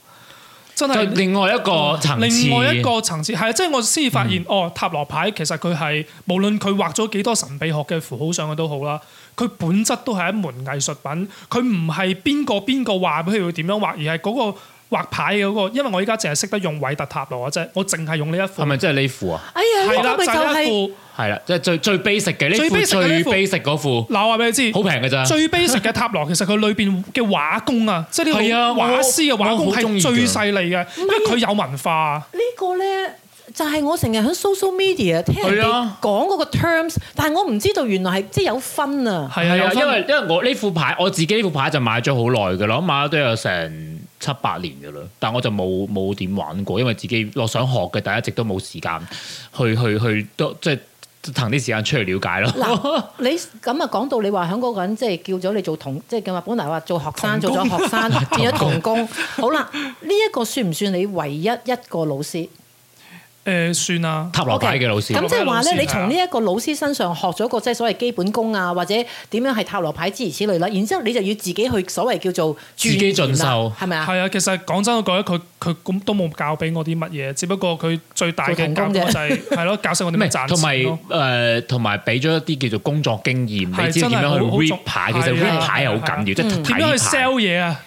D: 真
C: 就
D: 係
C: 另外一個層次，嗯
D: 另外一個層次係啊，即係我先至發現、哦，塔羅牌其實佢係無論佢畫咗幾多神秘學嘅符號上去都好啦，佢本質都係一門藝術品，佢唔係邊個邊個話俾佢要點樣畫，而係嗰、個。畫牌嘅嗰、個，因為我依家淨係識得用韋特塔羅嘅啫，我淨係用呢一副
C: 係，咪真係呢副啊？
B: 哎呀，
D: 係
B: 呢
D: 啦，
B: 個咪
D: 就
B: 就
D: 係
B: 係
D: 一
C: 係啦，即係最最 basic 嘅呢
D: 最
C: 副
D: basic 嘅呢
C: 最
D: 副
C: basic 嗰副，
D: 副。嗱，我話俾你知，
C: 好平㗎咋。
D: 最 basic 嘅塔羅其實佢裏邊嘅畫工啊，即係呢個
C: 啊係啊我
D: 畫師嘅畫工
C: 我好鍾
D: 係
C: 意
D: 最
C: 㗎
D: 細膩嘅，因為佢有文化啊。
B: 呢個咧。就係我成日喺 social media 聽人
C: 係
B: 哋
C: 啊
B: 講嗰個 terms，但係我唔知道原來係即係有分啊。
D: 係啊，
C: 係
D: 有
C: 啊，
D: 分
C: 因為因為我呢副牌我自己呢副牌就買咗好耐嘅啦，我買咗都有成七八年嘅啦，但我就冇冇點玩過，因為自己我想學嘅，但係一直都冇時間去去去都即係騰啲時間出去了解
B: 嗱
C: 咯。，
B: 你咁啊講到你話喺嗰個人即係叫咗你做同，即係叫話本來話做學生
D: 童
B: 做
D: 工
B: 咗學 生變咗童工。好啦，呢一個算唔算你唯一一個老師？
D: 誒呃算 啦。
C: 塔羅牌嘅老
B: OK，咁
C: 師，
B: 即係話咧，
D: 老師
B: 你從呢一個老師身上學咗個即係所謂基本功啊，或者點樣係塔羅牌之如此類啦。然之後你就要自己去所謂叫做
C: 自己
B: 鑽
C: 進修
B: 研啦係咪啊？
D: 係啊，其實講真，我覺得佢佢咁都冇教俾我啲乜嘢，只不過佢最大
B: 做
D: 嘅
B: 童
D: 教
B: 工
D: 我
B: 啫
D: 就係係咯，教識我
C: 唔
D: 點樣
C: 係
D: 賺
C: 同
D: 錢咯。
C: 埋誒呃同埋俾咗一啲叫做工作經驗，
D: 係
C: 你知道
D: 真
C: 點
D: 係好
C: 樣去
D: 好重
C: read 牌，其實
D: 係啊
C: read 牌係好緊要，即
B: 嗯
C: 係睇
D: 點樣
C: 牌
D: 去 sell 嘢 啊？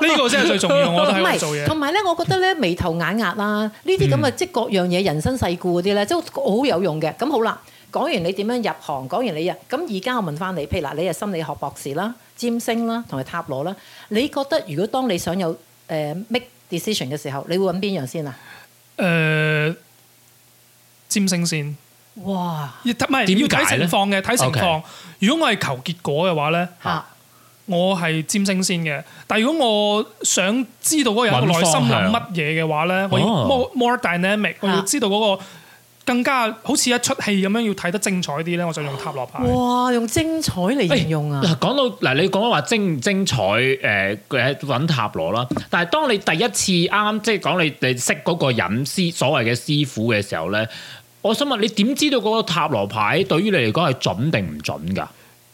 D: 呢個先係最重要，我覺得
B: 唔
D: 喺度做
B: 係，
D: 嘢。
B: 同埋咧，我覺得咧眉頭眼額啦，呢啲咁嘅即係各樣嘢人生世故嗰啲咧，即係好有用嘅。咁好啦，講完你點樣入行，講完你入，咁而家我問翻你，譬如嗱，你係心理學博士啦、占星啦，同埋塔羅啦，你覺得如果當你想有誒、呃 make decision 嘅時候，你會揾邊樣先啊？
D: 誒，呃占星先，
B: 哇！
D: 要睇唔係
C: 點解
D: 要睇
C: 咧
D: 情況嘅，睇情況
C: OK。
D: 如果我係求結果嘅話咧，
B: 嚇！
D: 我係占星先嘅。但係如果我想知道嗰個人內心諗乜嘢嘅話咧，我要
C: 哦
D: more more dynamic，我要
B: 啊
D: 知道嗰個更加好似一出戲咁樣，要睇得精彩啲咧，我就用塔羅牌。
B: 哇！用精彩嚟形容啊！
C: 嗱，講到嗱，你講話精唔精彩誒誒揾塔羅啦，但係當你第一次啱啱即係講你你識嗰個人師所謂嘅師傅嘅時候咧，我想問你點知道嗰個塔羅牌對於你嚟講係準定唔準㗎？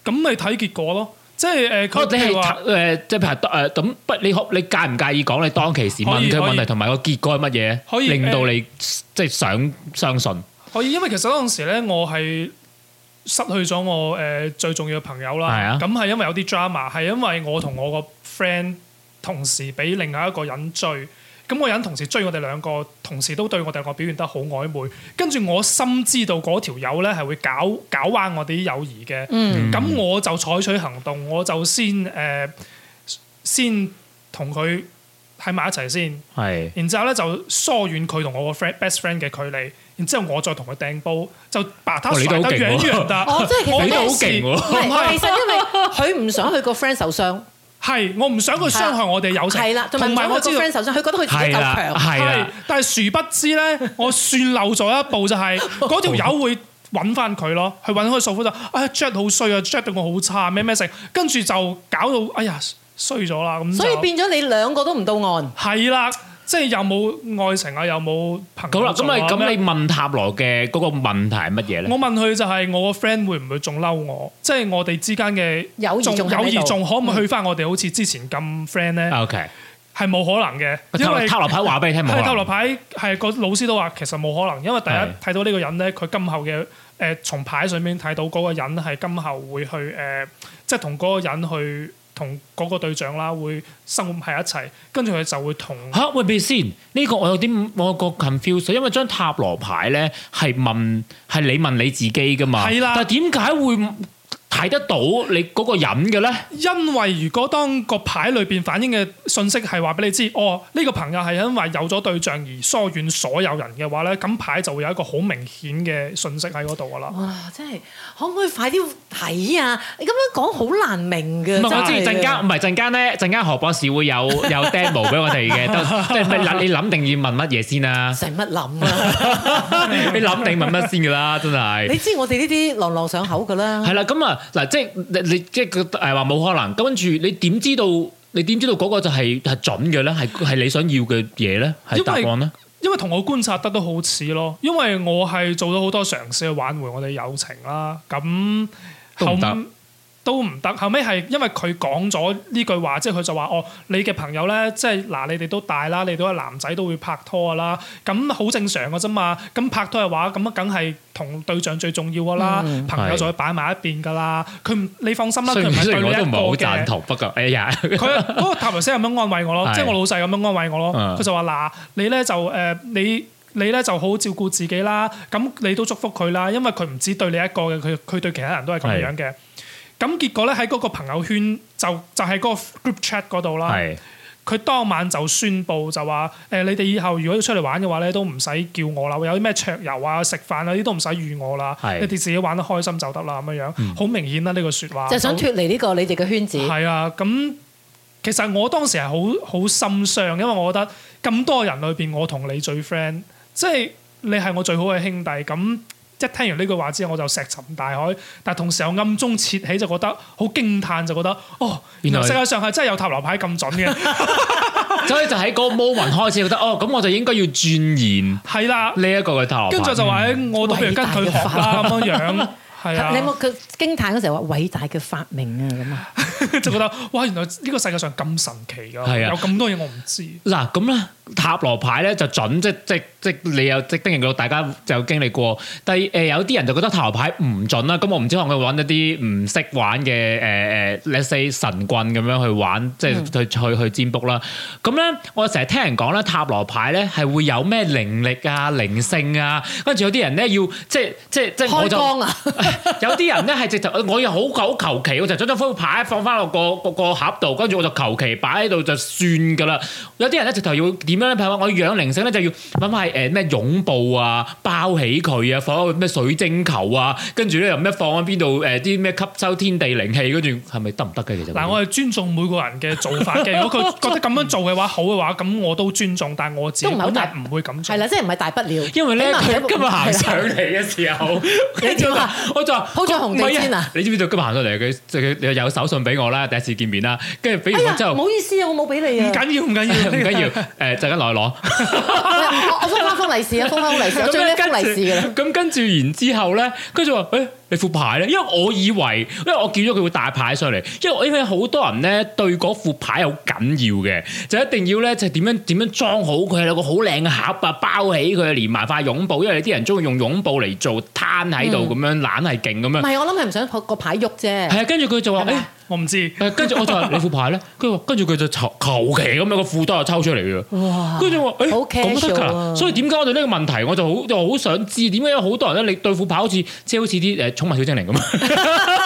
D: 咁咪睇結果咯。即係誒
C: 哦
D: 佢
C: 你
D: 譬如
C: 係
D: 話
C: 誒，即係譬如誒咁不，你可你介唔介意講你當其時問
D: 可以
C: 佢
D: 可
C: 問
D: 以
C: 題同埋個結果係乜嘢？
D: 可以
C: 令
D: 誒
C: 到你即係想相信。
D: 可以，因為其實嗰陣時咧，我係失去咗我誒最重要嘅朋友
C: 係
D: 啦
C: 啊。
D: 咁係因為有啲 drama，係因為我同我個 friend 同時俾另外一個人追。咁個人同時追我哋兩個，同時都對我哋兩個表現得好曖昧。跟住我深知道嗰條友咧係會搞搞彎我哋啲友誼嘅。
B: 嗯
D: 咁我就採取行動，我就先誒、呃先同佢喺埋一齊先，
C: 係
D: 然之後咧就疏遠佢同我個 friend best friend 嘅距離，然之後我再同佢掟煲，就把他
C: 哇
D: 甩
C: 你都
D: 得
C: 好勁
D: 遠
C: 喎
D: 遠得。
B: 哦即係其實
D: 我
B: 你都好
C: 勁喎
B: 唔係
D: 唔係
B: 其實因為佢唔想佢個 friend 受傷，
D: 係我唔想佢傷害我哋友情。
B: 係啦，同埋唔
D: 同埋
B: 想
D: 我
B: 佢個
D: 知道
B: friend 受傷，佢覺得佢自己
C: 係
B: 夠
C: 啦，
B: 強，啊
C: 係啦。，
D: 但係殊不知咧，我算漏咗一步 就係嗰條友會揾翻佢咯，去揾佢訴苦就，哎呀 Jet 好衰啊，Jet 對我好差，咩咩成，跟住就搞到哎呀衰咗啦咁就。
B: 所以變咗你兩個都唔到岸。
D: 係啦，即係有冇愛情啊，有冇朋友
C: 好啦，咁
D: 做啊
C: 你咁
D: 咩
C: 你問塔羅嘅嗰個問題係乜嘢咧？
D: 我問佢就係我個 friend 會唔會仲嬲我？即係我哋之間嘅
B: 友誼仲
D: 友
B: 喺度
D: 誼仲可唔可以去翻我哋好似之前咁 friend 咧？
C: O K，
D: 係冇可能嘅，啊因
C: 塔
D: 為
C: 羅嗯塔羅牌話俾你聽冇啊可
D: 係
C: 能
D: 塔羅牌係個老師都話其實冇可能，因為第
C: 係
D: 一睇到呢個人咧，佢今後嘅誒、呃、從牌上面睇到嗰個人係今後會去誒、呃即係同嗰個人去同嗰個對象啦，會生活喺一齊，跟住佢就會同
C: 嚇喂，咪先呢個我有啲我有個 confuse，因為張塔羅牌咧係問係你問你自己噶嘛，
D: 係啦
C: 但係點解會睇得到你嗰個人嘅咧？
D: 因為如果當個牌裏邊反映嘅信息係話俾你知，哦呢、個朋友係因為有咗對象而疏遠所有人嘅話咧，咁牌就會有一個好明顯嘅信息喺嗰度噶啦。
B: 哇！真係可唔可以快啲睇啊？你咁樣講好難明嘅。
C: 唔係我知
B: 真係
C: 陣間，唔係陣間咧，陣間何博士會有有 demo 俾我哋嘅，都即係咪諗你諗定要問乜嘢先啦？
B: 成乜 諗啊？
C: 你諗定問乜先㗎啦？真係
B: 你。知我哋呢啲朗朗上口噶啦
C: 係。啦，咁啊嗱，即係你你即係佢誒話冇可能，咁跟住你點知道？你點知道嗰個就係係準嘅咧？係係你想要嘅嘢咧？係答案咧？
D: 因為同我觀察得都好似咯，因為我係做咗好多嘗試去挽回我哋友情啦，咁
C: 都唔得
D: 後都唔得，後尾係因為佢講咗呢句話，即係佢就話哦，你嘅朋友咧，即係嗱，你哋都大啦，你都係男仔都會拍拖噶啦，咁好正常嘅啫嘛。咁拍拖嘅話，咁梗係同對象最重要噶啦，
C: 嗯
D: 朋友就會擺埋一邊噶啦。佢唔，你放心啦，
C: 雖
D: 啊佢
C: 然
D: 唔係
C: 雖
D: 對
C: 然我
D: 你一
C: 都唔係好
D: 個
C: 贊
D: 嘅。
C: 同，不過哎呀，
D: 佢嗰個塔羅師咁樣安慰我咯，
C: 係
D: 即係我老細咁樣安慰我咯。
C: 嗯
D: 佢就話嗱，你咧就誒、呃你。你咧就好好照顧自己啦，咁你都祝福佢啦，因為佢唔止對你一個嘅，佢佢對其他人都係咁樣嘅。咁結果咧喺嗰個朋友圈就就喺嗰個 group chat 嗰度啦，
C: 係
D: 佢當晚就宣布就話誒、呃你哋以後如果要出嚟玩嘅話咧，都唔使叫我啦，有啲咩桌遊啊、食飯啊呢啲都唔使預我啦，
C: 係
D: 你哋自己玩得開心就得啦咁樣樣，好、明顯啦呢個説話。
B: 就係想
D: 就
B: 脱離呢個你哋嘅圈子。
D: 係啊，咁其實我當時係好好心傷，因為我覺得咁多人裏邊，我同你最 friend，即係你係我最好嘅兄弟。咁一聽完呢句話之後，我就石沉大海。但同時又暗中竊喜，就覺得好驚嘆，就覺得哦，原
C: 原
D: 來
C: 來
D: 世界上係真係有塔羅牌咁準嘅。
C: 所以就喺嗰個 moment 開始覺得哦，咁我就應該要鑽研
D: 係啦，
C: 呢一個嘅塔羅牌。
D: 跟住就話誒，我都不如跟佢學啦咁樣樣。係啊
B: 你，有冇佢驚歎嗰時候話偉大嘅發明啊 咁啊？
D: 就覺得哇，原來呢個世界上咁神奇㗎，
C: 係啊
D: 有咁多嘢我唔知。
C: 嗱咁咧，塔羅牌咧就準，即即即你有即經歷過，大家就經歷過。第誒、有啲人就覺得塔羅牌唔準啦，咁我唔知可能佢揾一啲唔識玩嘅誒誒，let's say 神棍咁樣去玩，即係
B: 嗯
C: 去去去占卜啦。咁咧，我成日聽人講咧，塔羅牌咧係會有咩靈力啊、靈性啊，跟住有啲人咧要即即即我
B: 開
C: 就。
B: 光 啊！
C: 有啲人咧係直頭，我又好好求其，我就將張副牌放翻落個個個盒度，跟住我就求其擺喺度就算㗎啦。有啲人咧直頭要點樣咧？譬如話我養靈性咧，就要諗下誒咩擁抱啊、包起佢啊，放喺個咩水晶球啊，跟住咧又咩放喺邊度誒啲咩吸收天地靈氣，跟住係咪得唔得嘅其實？
D: 嗱，我係尊重每個人嘅做法 嘅。如果佢覺得咁樣做嘅話好嘅話，咁我都尊重，但我自己
B: 都唔係好
D: 本
B: 大
D: 人唔會咁做
B: 係。啦，即係唔係大不了。
C: 因為咧，
B: 起碼佢
C: 佢今日行上
B: 係啦
C: 嚟嘅時候，
B: 啊 你點啊
C: 我就話
B: 鋪咗紅地氈啊
C: 唔係你知唔知道今日行上嚟佢佢佢有手信俾我啦，第一次見面啦，跟住俾
B: 哎
C: 完
B: 呀
C: 我之，後
B: 唔。好意思啊，我冇俾你
D: 唔
B: 啊。
D: 緊要，唔 緊要，
C: 唔緊要，誒陣間落去攞。
B: 我我封翻封利是啊，封翻封利是，我最叻封利是噶啦。
C: 咁跟住然之後咧，跟住話誒你副牌咧？因為我以為，因為我叫咗佢會帶牌上嚟，因為因為好多人咧對嗰副牌好緊要嘅，就一定要咧就點樣點樣裝好佢，有個好靚嘅盒啊，包起佢，連埋塊擁布，因為有啲人中意用擁布嚟做攤喺度咁樣，懶係勁咁樣。
B: 嗯係，我諗係唔想個牌喐啫。
C: 係啊，跟住佢就話
B: 係咪
C: 誒
B: 啊。
D: 我唔知。
C: 誒跟住我就話你副牌咧，佢話跟住佢就求求其咁樣個褲兜就抽出嚟嘅，
B: 哇！
C: 跟住我話
B: 啊好
C: 誒咁都得
B: casual
C: 㗎，
B: 啊
C: 所以點解我哋呢個問題我就好就好想知點解有好多人咧，你對副牌好似即係好似啲誒寵物小精靈咁，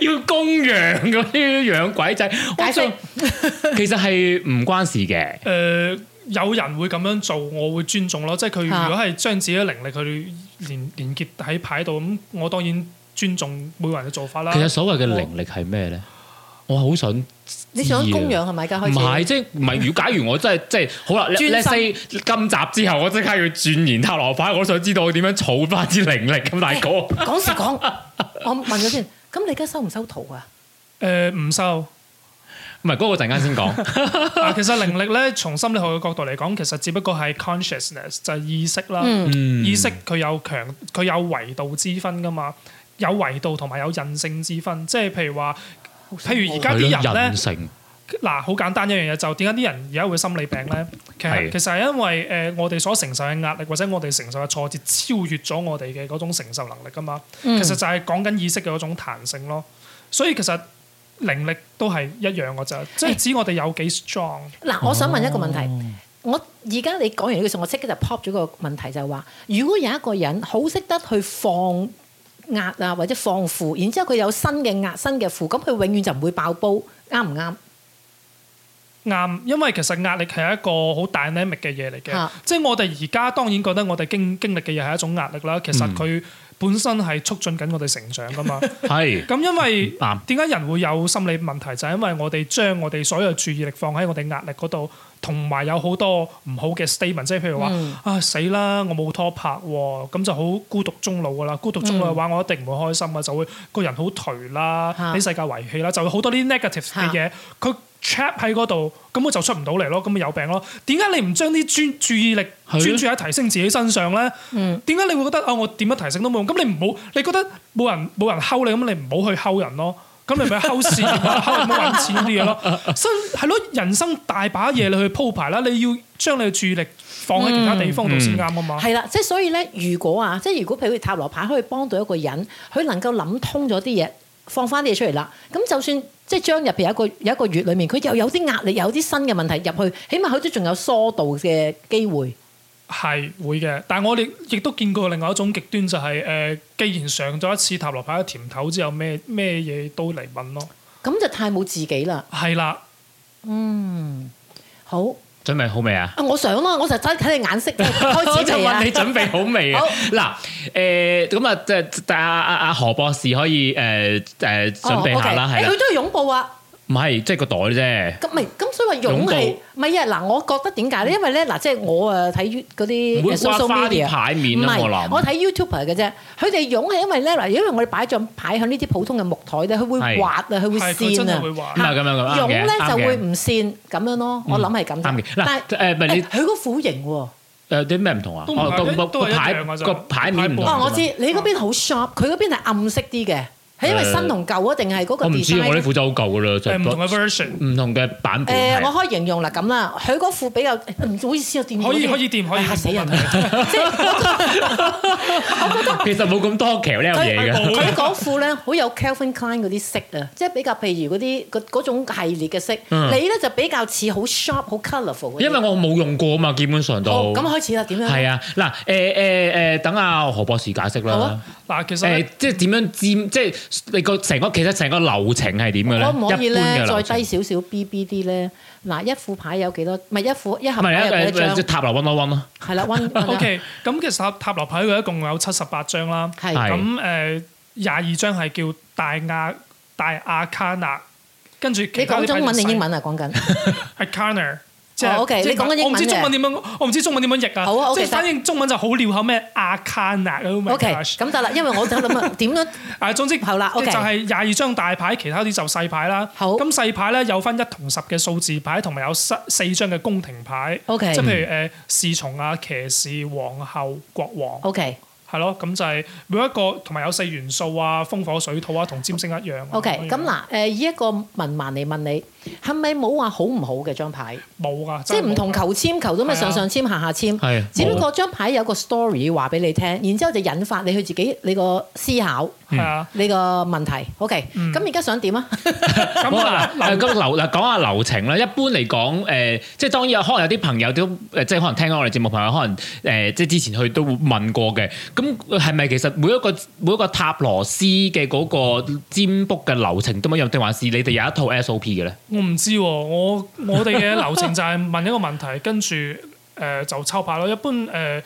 C: 要要供養咁啲養鬼仔，我
B: 解釋
C: 就其實係唔關事嘅。
D: 誒、有人會咁樣做，我會尊重咯。即係佢
B: 啊
D: 如果係將自己嘅靈力去連連結喺牌度，咁我當然尊重每個人嘅做
B: 啊
D: 法啦。
C: 其實所謂嘅靈力係咩咧？我好想
B: 你想
C: 知啊
B: 供養係咪？而家
C: 唔
B: 開
C: 係，
B: 始
C: 即係唔係？如假如我真係即係好啦
B: 專心
C: ，let's say 今集之後，我即刻要鑽研塔羅牌，我都想知道我點樣儲翻支靈力咁大 哥。
B: 講時講，我問咗先。咁你而家收唔收徒啊？
D: 誒唔、收
C: 唔係嗰個陣間先講，
D: 啊！其實靈力咧，從心理學嘅角度嚟講，其實只不過係 consciousness 就係意識啦。意識佢有強，佢有維度之分噶嘛，有維度同埋有韌性之分。即係譬如話，譬如而家啲
C: 係咯
D: 人
C: 人
D: 咧。
C: 性
D: 嗱，好簡單一樣嘢就點解啲人而家會心理病咧？其
C: 係
D: 實其實係因為誒、呃我哋所承受嘅壓力或者我哋承受嘅挫折超越咗我哋嘅嗰種承受能力噶嘛。其實就係講緊意識嘅嗰種彈性咯。所以其實靈力都係一樣嘅啫，即係指我哋有幾 strong。
B: 嗱，我想問一個問題。我而家你講完呢句時候，我即刻就 pop 咗個問題，就係話，如果有一個人好識得去放壓啊，或者放負，然之後佢有新嘅壓、新嘅負，咁佢永遠就唔會爆煲，啱唔
D: 啊
B: 啱？
D: 啱，因為其實壓力係一個好 dynamic 嘅嘢嚟嘅
B: 啊，
D: 即係我哋而家當然覺得我哋經經歷嘅嘢係一種壓力啦，其實佢本身係促進緊我哋成長噶嘛。
C: 係
D: 咁因為
C: 啱
D: 點解人會有心理問題，就係因為我哋將我哋所有注意力放喺我哋壓力嗰度，同埋有好多唔好嘅 statement，即係譬如話啊死啦，我冇拖拍喎，咁就好孤獨終老噶啦。孤獨終老嘅話，我一定唔會開心啊，就會個人好頹啦，
B: 嚇
D: 俾世界遺棄啦，就會好多啲 negative 嘅嘢，佢 trap 喺嗰度，咁我就出唔到嚟咯，咁咪有病咯。點解你唔將啲專注意力
C: 係啊
D: 專注喺提升自己身上咧？點解你會覺得啊、我點樣提升都冇用？咁你唔好，你覺得冇人冇人睺你，咁你唔好去睺人咯。咁你咪睺事業啊， 睺人冇揾錢嗰啲嘢咯。所以係咯，人生大把嘢你去鋪排啦，你要將你嘅注意力放喺其他地方度先啱啊嘛。
C: 嗯
B: 係啦，即係所以咧，如果啊，即係如果譬如塔羅牌可以幫到一個人，佢能夠諗通咗啲嘢，放翻啲嘢出嚟啦，咁就算即係將入邊有一個有一個月裡面，佢又有啲壓力，有啲新嘅問題入去，起碼佢都仲有疏導嘅機會。
D: 係會嘅，但係我哋亦都見過另外一種極端，就係、誒、既然上咗一次塔羅牌嘅甜頭之後，咩咩嘢都嚟問咯。
B: 咁就太冇自己啦。
D: 係啦，
B: 好，
C: 準備好未啊？
B: 啊我想啦，我就真係睇你眼 色，開
C: 我
B: 始
C: 就
B: 未啊
C: 問你？準備好未啊
B: 好？
C: 嗱，誒咁啊，即係阿阿阿何博士可以誒誒準備下啦，
B: 哦，OK 誒
C: 係啦
B: 佢，都係擁抱啊，
C: 唔係即係個袋啫。
B: 咁咪咁所以話擁
C: 擁抱
B: 係，唔係啊嗱，我覺得點解咧？因為咧嗱，即係我誒睇嗰
C: 唔會
B: 啲 social
C: 刮花啲
B: media
C: 牌面
B: 唔
C: 啊我
B: 係
C: 諗，
B: 我睇 YouTuber 嘅啫，佢哋擁係因為咧嗱，因為我哋擺張牌喺呢啲普通嘅木台咧，佢會
C: 係
B: 滑啊，佢會
D: 係佢真
B: 跣
D: 係
B: 啊
D: 會，話
C: 咁。啊咁樣咁啱
B: 擁
C: 嘅
B: 咧
C: 啱
B: 就
C: 嘅
B: 會唔跣咁樣咯，我諗係咁
C: 啱
B: 啫
C: 嘅。嗱
B: 但
C: 誒唔係你
B: 誒佢個苦型喎。
C: 誒啲咩唔同啊？
D: 都唔係
C: 哦個
D: 一
C: 個
D: 都係
C: 個
D: 一
C: 牌
D: 樣啊㗎咋
C: 個牌面唔同㗎啊嘛。
B: 哦，我知你嗰邊好 sharp，佢嗰邊係暗色啲嘅，係因為新同舊啊，定係嗰個
C: 我唔知，我
B: design
C: 呢副就好舊噶啦，就
D: 誒唔
C: 係
D: 同嘅啊 version。
C: 唔同嘅版本
B: 誒，我
C: 係。啊
B: 可以形容啦，咁啦，佢嗰副比較唔好意思，我掂
D: 可以可以掂可以掂
B: 嚇啊死人！即 係
C: 其實冇咁多橋呢樣 嘢
B: 佢
C: 嘅，
B: 佢嗰副咧，好有 Calvin Klein 嗰啲色啊，即係比較譬如嗰啲嗰嗰種系列嘅色。
C: 嗯
B: 你咧就比較似好 sharp、好 colourful
C: 因為我冇用過啊嘛，基本上
B: 好
C: 都
B: 咁開始啦，點樣？
C: 係啊。嗱誒誒誒，等阿何博士解釋
B: 好
C: 啦
B: 啊。
D: 嗱，其實
C: 誒
D: 咧，
C: 即係點樣佔？即係你個成個其實成個流程係點嘅咧？
B: 可唔可以
C: 一般嘅
B: 咧
C: 流
B: 再
C: 程
B: 低少少 BBD 咧？嗱，一副牌有幾多？唔係一副一
C: 唔
B: 盒牌有
C: 係啊
B: 幾多
C: 誒
B: 張
C: 誒，即係？塔羅温多温咯。
B: 係啦，one
D: OK，咁其實塔塔羅牌佢一共有七十八張啦。
B: 係
C: 係
D: 咁誒，廿二張係叫大亞大亞卡納，跟住
B: 你
D: 其他
B: 講
D: 啲
B: 中文定英
D: 啊
B: 文啊？講緊
D: ？Arcana。即
B: 哦，OK，
D: 即
B: 你講緊英文
D: 我唔知
B: 嘅
D: 中文點樣，我唔知中文點樣譯啊。
B: 好啊，OK，
D: 即係反正中文就好拗口咩亞卡納 Oh my
B: OK，
D: gosh
B: 咁得啦，因為我就諗啊，點樣
D: 啊，總之
B: 好啦，OK
D: 就係廿二張大牌，其他啲就細牌啦。
B: 好
D: 咁細牌咧有分一同十嘅數字牌，同埋有四四張嘅宮廷牌。
B: OK
D: 呃即係譬如誒侍從啊、騎士、皇后、國王。
B: OK。
D: 係咯，咁就係每一個同埋有四元素啊，風火水土啊，同占星一樣啊。
B: OK，
D: 樣
B: 咁嗱，誒以一個文盲嚟問你，係咪冇話好唔好嘅張牌？
D: 冇噶，
B: 即係唔同求
D: 球。
B: 籤，求到咪
D: 係啊
B: 上上籤、下下
C: 係
B: 籤
C: 啊，
B: 只不過張牌有個 story 話俾你聽，
D: 啊
B: 然之後就引發你去自己你個思考
C: 嗯
D: 係啊，
B: 你個問題。OK，咁
D: 嗯
B: 而家想點啊？
D: 咁
C: 好
D: 嗱
C: 啦，嗱咁流嗱講下流程啦。一般嚟講，誒、即係當然有可能有啲朋友都誒，即係可能聽緊我哋節目朋友，可能誒、即係之前佢都會問過嘅。咁係咪其實每一個每一個塔羅斯嘅嗰個占卜嘅流程都一樣，定還是你哋有一套 SOP 嘅咧？
D: 我唔知喎，我我哋嘅流程就係問一個問題，跟住誒、呃就抽牌咯。一般誒、呃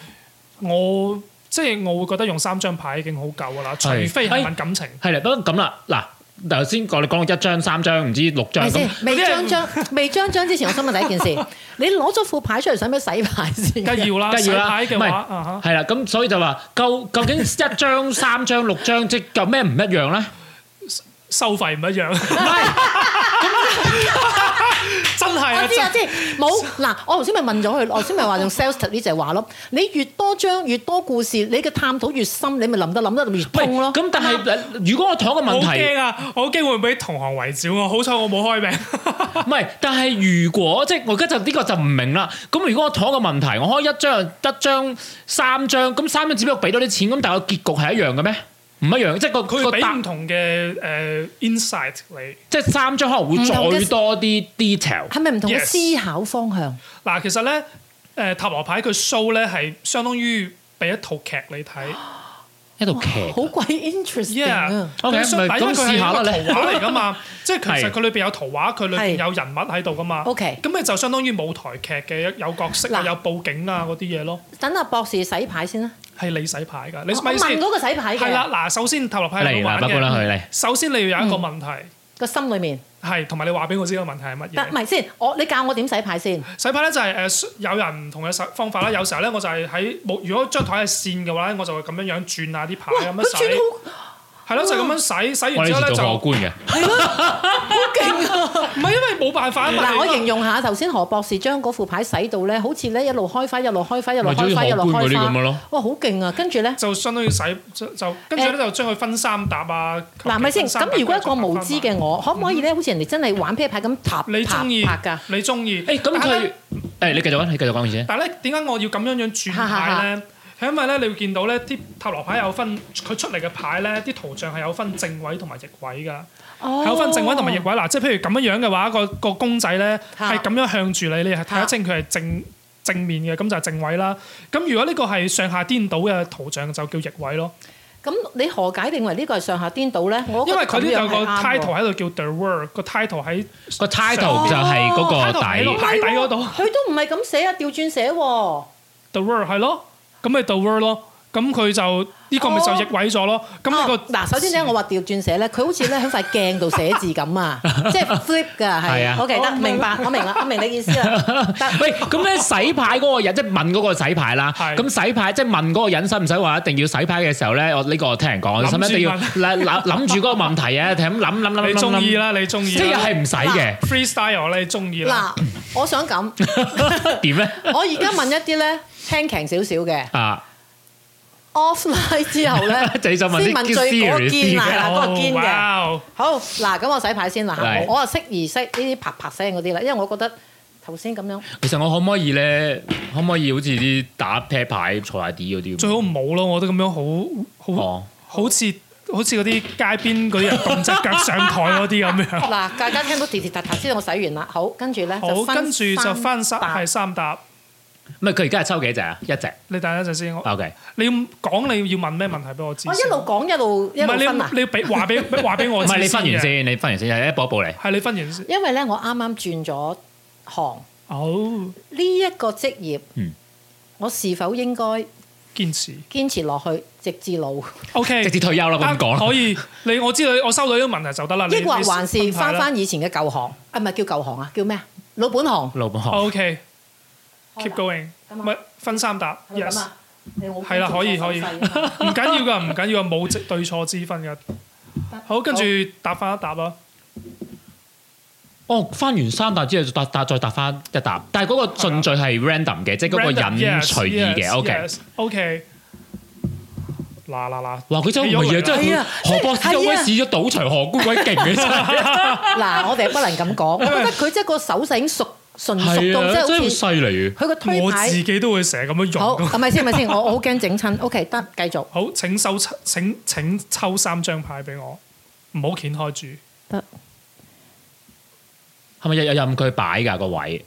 D: 我即係我會覺得用三張牌已經好夠噶啦，除
C: 係
D: 非係問感情。
C: 係啦，不過咁啦，嗱頭先講你講到一張、三張，唔知六張
B: 咪
C: 咁
B: 先。，未
D: 嗰啲係
B: 張張未張張之前，我想問第一件 事，你攞咗副牌出嚟，使唔使洗牌先？
D: 梗係要啦，
C: 梗係
D: 洗
C: 要啦
D: 牌嘅
C: 唔
D: 話，
C: 係
D: 啊哈
C: 係啦，咁所以就話究究竟一張、 三張、六張，即係有咩唔一樣咧？
D: 收費唔一樣， 真係
B: 我
D: 啊！
B: 知啊，
D: 真
B: 即係冇嗱，我頭先咪問咗佢，我頭先咪話用 sales t 呢隻話咯。你越多張，越多故事，你嘅探討越深，你咪諗得諗得越
C: 喂
B: 通咯。
C: 咁但係嗱如果我同一個
D: 我好
C: 問題。
D: 驚啊！我好驚會俾同行圍剿我，好彩我冇開名。
C: 唔係，但係如果即係我而家就呢、個就唔明啦。咁如果我同一個問題，我可以一張、一張、三張，咁三張只不過俾多啲錢，咁但係個結局係一樣嘅咩？唔一樣，即係個
D: 佢
C: 個
D: 俾
C: 答
D: 唔，同嘅誒 insight 你。
C: 即係三張可能會
B: 唔同嘅
C: 再多啲 detail。
B: 係咪唔同嘅
D: Yes
B: 思考方向？
D: 嗱，其實咧，誒塔羅牌佢 show 咧係相當於俾一套劇你睇。
C: 一度劇
B: 好鬼 interesting 啊
D: Yeah，！
C: OK，
D: 咁所以
C: 咪
D: 因為
C: 咁
D: 佢係
C: 試下啦
D: 一個
C: 你
D: 圖畫嚟噶 嘛，即係其實
C: 係
D: 佢裏邊有圖畫，佢裏邊
B: 係
D: 有人物喺度噶嘛。
B: OK
D: 咁咪就相當於舞台劇嘅有角色啊，
B: 嗱
D: 有佈景啊嗰啲嘢咯，
B: 等阿博士洗牌先啦。啊
D: 係你洗牌噶。你
B: 我我
D: 咪
B: 問
D: 先
B: 嗰個洗牌
D: 係啦，
B: 嘅
D: 嗱，首先塔羅牌係
C: 嚟
D: 好
C: 啦，
D: 玩
C: 不過啦
D: 嘅。
C: 佢嚟。
D: 首先你要有一個
B: 嗯
D: 問題，
B: 個心裏面，
D: 係同埋你話俾我知個問題係乜
B: 但唔
D: 嘢。
B: 係先，我你教我點洗牌先？
D: 洗牌咧就係誒有人唔同嘅手方法啦，有時候咧我就係喺冇如果張台係線嘅話咧，我就會咁樣樣轉下啲牌咁樣
B: 佢
D: 啊洗，
B: 轉好
D: 係咯就咁樣洗，洗
C: 我哋
D: 完之
C: 以前
D: 後咧就
C: 做
D: 唔
C: 過官嘅，
B: 勁 啊！
D: 係因為冇辦法啊嘛。
B: 嗱，我
D: 你
B: 形容下頭先何博士將嗰副牌洗到咧，好似咧一路開花，一路開花，一路
C: 咪
B: 開花，一路
C: 好似荷
B: 開
C: 官嗰啲咁
B: 花
C: 樣咯。
B: 哇，好勁啊！跟住咧，
D: 就相當於洗就就跟住咧就將佢分三沓啊。求其
B: 嗱，咪先。
D: 分三沓
B: 咁如果一個
D: 跟住
B: 無
D: 就
B: 知
D: 分啊
B: 嘅我，可唔可以咧，好似人哋真係玩啤牌咁塔
D: 翻埋，你中意
B: 塔拍㗎？
D: 你中意。
C: 誒，咁
D: 但係
C: 佢
D: 咧
C: 誒，你繼續講，你繼續講先。
D: 但係咧點解我要咁樣樣轉牌咧？係因為咧，你會見到咧，啲塔羅牌有分佢出嚟嘅牌咧，啲圖像係有分正位同埋逆位㗎，係有分正位同埋逆位。嗱，即係譬如咁樣樣嘅話，個個公仔咧
B: 嚇
D: 係咁樣向住你，你係睇得清佢係正正面嘅，咁就係正位啦。咁如果呢個係上下顛倒嘅圖像，就叫逆位咯。
B: 咁你何解定為呢個係上下顛倒咧？我
D: 因
B: 為
D: 為佢呢度有個 title
B: 態
D: 喺度叫 The World，個 title 喺
C: 個 title 就係嗰個
D: 哦 title 喺
C: 底
D: 個。牌底嗰度
B: 佢都唔係咁寫啊，調轉寫喎。
D: The World 係咯，咁咪 The World 咯，咁佢就呢個咪就逆位咗咯。咁呢
B: 哦
D: 個
B: 嗱，首先咧，我話調轉寫咧，佢好 似咧喺塊鏡度寫字咁啊，即係 flip 㗎，
C: 係
B: 係
C: 啊。
B: OK，得
D: 哦
B: 明白，我明啦，我明你意思 啦。得
C: 喂，咁咧洗牌嗰個人，即係問嗰個洗牌 啦。
D: 係
C: 咁洗牌即係問嗰個人，使唔使話一定要洗牌嘅時候咧？我呢個我聽人講，
D: 諗
C: 使
D: 住
C: 唔使一定要
D: 問
C: 嗱諗諗住嗰個問題 啊？係咁諗諗諗諗
D: 你中意
C: 諗，
D: 啦，你中意
C: 即係又
D: 啦
C: 係唔使嘅，
D: freestyle 你中意啦。
B: 嗱，我想咁，
C: 點咧？
B: 我而家問一啲咧輕強少少嘅
C: 啊，，
B: offline 之後咧
C: 就想問啲
B: 先問最嗰
C: serious 啲
B: 堅
C: 嘅
B: 啊，
D: 哦
B: 嗱嗰個堅嘅。
D: 嘅，
B: 好嗱，咁我洗牌先啦嚇，
C: 係
B: 我我啊適宜識呢啲啪啪聲嗰啲啦，因為我覺得頭先咁樣，
C: 其實我可唔可以咧？可唔可以好似啲打啤牌、坐下啲嗰啲咁？
D: 最好唔好咯，我覺得咁樣好好
C: 哦，
D: 好似好似嗰啲街邊嗰啲人動隻腳上台嗰啲咁樣。
B: 嗱，大家聽到滴滴嗒嗒，知道我洗完啦，好，跟住咧
D: 好，跟住就翻三
B: 笪
D: 係三搭。
C: 唔係佢而家係抽幾隻啊？一隻。
D: 你等一陣先，我
C: OK，
D: 你要講你要問咩問題俾我知先。
B: 我一路講一路一
D: 唔係
B: 路
D: 你
B: 分啊
D: 要，你要俾話俾話俾我
C: 唔
D: 知
C: 係你分完
D: 嘅，
C: 先，你分完先，係一步一步嚟。
D: 係你分完先。
B: 因為咧我啱啱轉咗行
D: 哦，
B: 呢一個職業
C: 嗯，
B: 我是否應該
D: 堅持。
B: 堅持落去直至老，抑
D: O K，
C: 直接退休啦，
D: 啊
C: 咁講啦。
D: 可以。你我知道你我收到呢個問題就得啦。你
B: 或
D: 你
B: 還是
D: 分派
B: 翻
D: 啦
B: 翻以前嘅舊行啊？唔係叫舊行啊，叫咩啊？老本行。
C: 老本行，
D: O K，keep going，
B: 咁啊
D: 唔係分三答
B: 係咪咁
D: ，yes，
B: 啊？你好
D: 係啦可以可以
B: 細啊嘛
D: 唔緊要噶，唔緊要噶，冇直對錯之分噶。 好，跟住答翻一答啦。
C: 哦，翻完三沓之後，搭搭再搭翻一沓，但係嗰個順序係 random 嘅，即係嗰個人隨意嘅。O K，
D: O K，嗱嗱嗱，
C: 哇！佢真係唔係啊，真
B: 係
C: 係
B: 啊
C: 何博士
B: 係啊
C: 周威士咗賭場何官鬼勁嘅真係，啊
B: 嗱，我哋不能咁 講，我覺得佢即係個手勢已經熟純熟到，即
C: 係啊，
B: 係
C: 真係
B: 好
C: 好
B: 似
C: 犀利啊！
B: 佢個推
D: 我
B: 牌
D: 自己都會成日咁樣
B: 好，
D: 用
B: 係
D: 㗎。
B: 咪先？係咪先？我我好驚整親。OK，得繼續。
D: 好，請收七請請抽三張牌俾我，唔好掀開住。
C: 係咪日日任佢擺㗎個位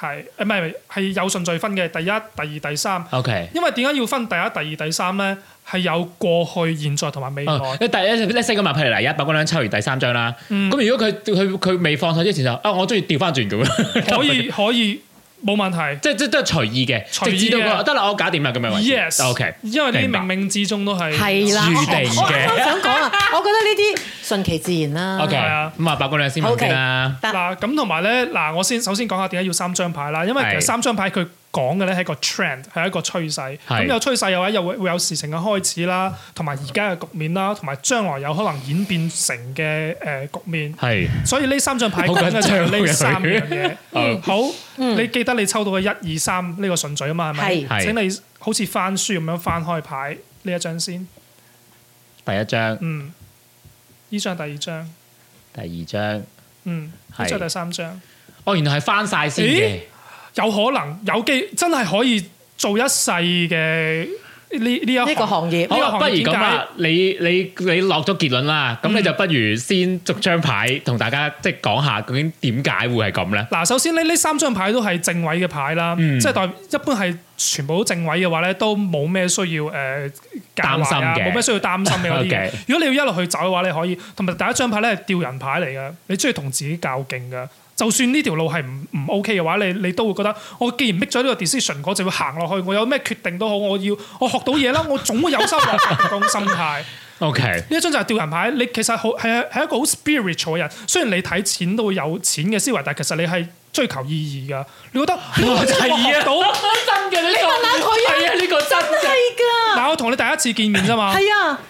D: 係，誒唔係唔係係有順序分嘅，第一、第二、第三。
C: ？OK。
D: 因為點解要分第一、第二、第三咧？係有過去、現在同埋未
C: 哦
D: 來。
C: 你第一 l e 咁啊，譬如嗱，一百姑娘抽完第三張啦，咁如果佢佢佢未放手之前就啊，我中意調翻轉咁樣，
D: 可以可以冇問題。
C: 即係即係都係隨意嘅，
D: 隨意
C: 直
D: 嘅
C: 至到個得 啦，我搞掂啦咁樣為止。
D: Yes。
C: OK，
D: 因為呢啲
C: 明白
D: 冥冥之中都係
B: 係啦，
C: 預
B: 我
C: 定
B: 我
C: 嘅
B: 啱啱想講啊，我覺得呢啲順其自然啦。
C: OK，
D: 啊
C: 咁啊，白姑娘先問先啦。
B: 得
D: 嗱，咁同埋咧，嗱，我先首先講下點解要三張牌啦，因為其
C: 係
D: 實三張牌佢講嘅咧係一個 trend，係一個趨勢。
C: 係
D: 咁有趨勢嘅話，又會會有事情嘅開始啦，同埋而家嘅局面啦，同埋將來有可能演變成嘅誒局面。
C: 係
D: 所以呢三張牌
C: 好
D: 講
C: 緊
D: 嘅就係
C: 張
D: 呢
C: 嘅
D: 三
C: 佢
D: 樣嘢。
C: 嗯
D: 好，你記得你抽到嘅一二三呢個順序啊嘛，
B: 係
D: 係
C: 係
D: 咪？請你好似翻書咁樣翻開牌呢一張先，
C: 第一張、
D: 嗯，呢張第二張，
C: 第二張，
D: 嗯，呢
C: 係
D: 張第三張。
C: 哦，原來係翻晒先嘅
D: 咦。有可能有機真係可以做一世嘅呢呢 一
B: 呢個行業
C: 好
D: 呢個
C: 啊，
D: 行
C: 不
D: 業
C: 如
D: 點
C: 咁啊，你你你落咗結論啦，咁你就不如先逐張牌同大家即係講下究竟點解會係咁咧？
D: 嗱，首先呢呢三張牌都係正位嘅牌啦，
C: 嗯
D: 即係代一般係全部都正位嘅話咧，都冇咩需要誒、呃、介懷
C: 擔心
D: 啊
C: 嘅
D: 冇咩需要擔心嘅嗰 啲
C: Okay
D: 嘢。如果你要一路去走嘅話，你可以同埋第一張牌咧係吊人牌嚟嘅，你中意同自己較勁嘅。就算呢條路係唔唔 OK 嘅話，你你都會覺得我既然 make 咗呢個 decision，我就要行落去。我有咩決定都好，我要我學到嘢啦，我總會有收穫嘅嗰種心態。
C: OK，
D: 呢一張就係吊人牌，你其實好係係一個好 spiritual 嘅人。雖然你睇錢都會有錢嘅思維，但係其實你係追求意義㗎。你覺 得我
C: 就係啊
D: 學到？
C: 真嘅呢個係啊，呢個真
B: 係㗎，
D: 嗱，我同你第一次見面啫 嘛，
B: 係啊。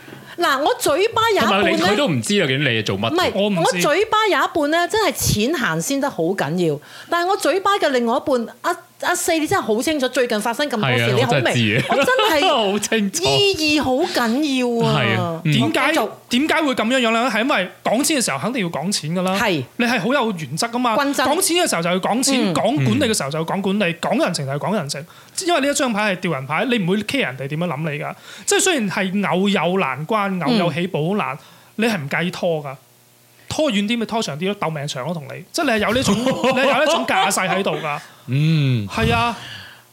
B: 嗱，我嘴巴有一
C: 同埋
B: 半
C: 你佢
B: 咧
C: 都。唔知啊，究竟你係做乜
B: 唔係
C: 嘅？，
D: 我唔
B: 我
D: 知
B: 嘴巴有一半咧，真係錢行先得好緊要。但係我嘴巴嘅另外一半，阿阿四你真係好清楚最近發生咁多
C: 係
B: 事，
C: 啊，
B: 你好
C: 我真
B: 明
C: 係知，
B: 我真係
C: 好清楚。
B: 意義好緊要
C: 係
B: 啊
C: 啊。嗯
D: 點解
B: 繼續
D: 點解會咁樣樣咧？係因為講錢嘅時候肯定要講錢㗎啦。
B: 係
D: 你係好有原則㗎嘛。
B: 均真嗯
D: 講錢嘅時候就要講錢，講管理嘅時候就要講管理，講人情就係講人情。因為呢一張牌係吊人牌，你唔會 care 人哋點樣諗你㗎。即係雖然係偶有難關，偶有起步好難，
B: 嗯
D: 你係唔介意拖㗎。拖遠啲咪拖長啲咯，鬥命長咯，同你，即係你係有呢種， 你係有呢種架勢喺度㗎。
C: 嗯，
D: 係啊，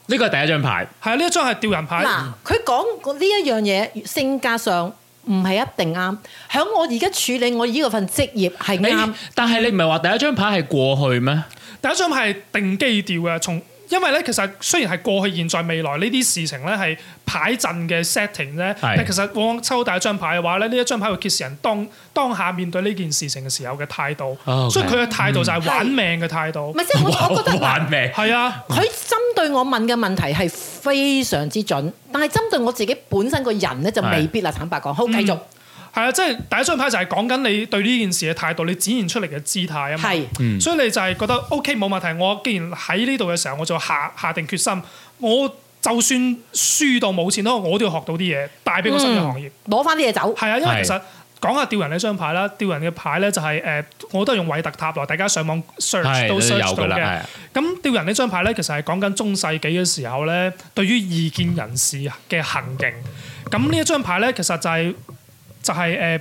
C: 呢個係第一張牌，
D: 係啊，呢一張係吊人牌。
B: 嗱，佢講呢一樣嘢性格上唔係一定啱，響我而家處理我依個份職業係啱
C: 誒。但係你唔係話第一張牌係過去咩？
D: 第一張牌係定基調嘅，從因為咧其實雖然係過去、現在、未來呢啲事情咧係牌陣嘅 setting 咧，但其實往往抽第一張牌嘅話咧，呢一張牌會揭示人當當下面對呢件事情嘅時候嘅態度，
C: 哦，OK
D: 所以佢嘅態度就係玩命嘅態度
B: 唔。係即係我我覺得
C: 玩
B: 嗱，
C: 命
D: 係啊，
B: 佢針對我問嘅問題係非常之準，但係針對我自己本身個人咧就未必啦。坦白講，好繼續
D: 係啊，即係第一張牌就係講緊你對呢件事嘅態度，你展現出嚟嘅姿態啊嘛。
B: 係
D: 所以你就係覺得 OK 冇問題。我既然喺呢度嘅時候，我就下下定決心，我就算輸到冇錢都好，我都要學到啲嘢，帶俾個新嘅行業。
B: 攞翻啲嘢走。
D: 係啊，因
C: 係
D: 為其實講下吊人呢張牌啦，吊人嘅牌咧就係、誒、我都係用韋特塔羅，大家上網 search
C: 係
D: 都
C: 你都有
D: search 到
C: 㗎啦，係
D: 嘅。
C: 啊
D: 咁吊人呢張牌咧，其實係講緊中世紀嘅時候咧，對於異見人士嘅行徑。咁呢一張牌咧，其實就係、就係誒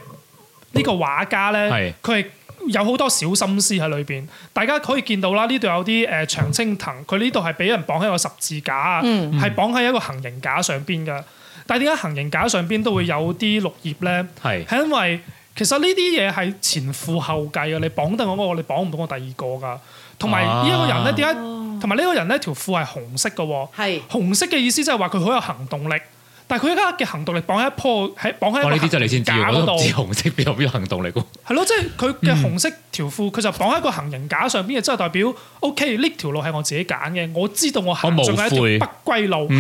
D: 呢個畫家
C: 係
D: 咧，佢係。有好多小心思喺裏邊，大家可以見到啦。呢度有啲誒、長青藤，佢呢度係俾人綁喺個十字架啊，係、綁喺一個行刑架上邊㗎。但係點解行刑架上邊都會有啲綠葉咧？
C: 係
D: 係因為其實呢啲嘢係前赴後繼嘅，你綁得我嗰個，你綁唔到我第二個㗎。同埋
C: 啊
D: 呢一個人咧，點解？同埋呢個人咧，條褲係紅色嘅喎。
B: 係
D: 紅色嘅意思即係話佢好有行動力，但係佢而家嘅行動力綁喺一棵喺綁喺
C: 哇！呢
D: 一個
C: 啲真係你先知，
D: 架
C: 我
D: 嗰
C: 都唔知
D: 度。
C: 紅色邊有邊行動嚟㗎。
D: 係咯，即係佢
C: 嗯
D: 嘅紅色條褲，佢就綁喺一個行人架上邊嘅，即係代表 OK 呢條路係我自己揀嘅，我知道我行上
C: 我無
D: 係
C: 悔
D: 一條不歸路，
C: 嗯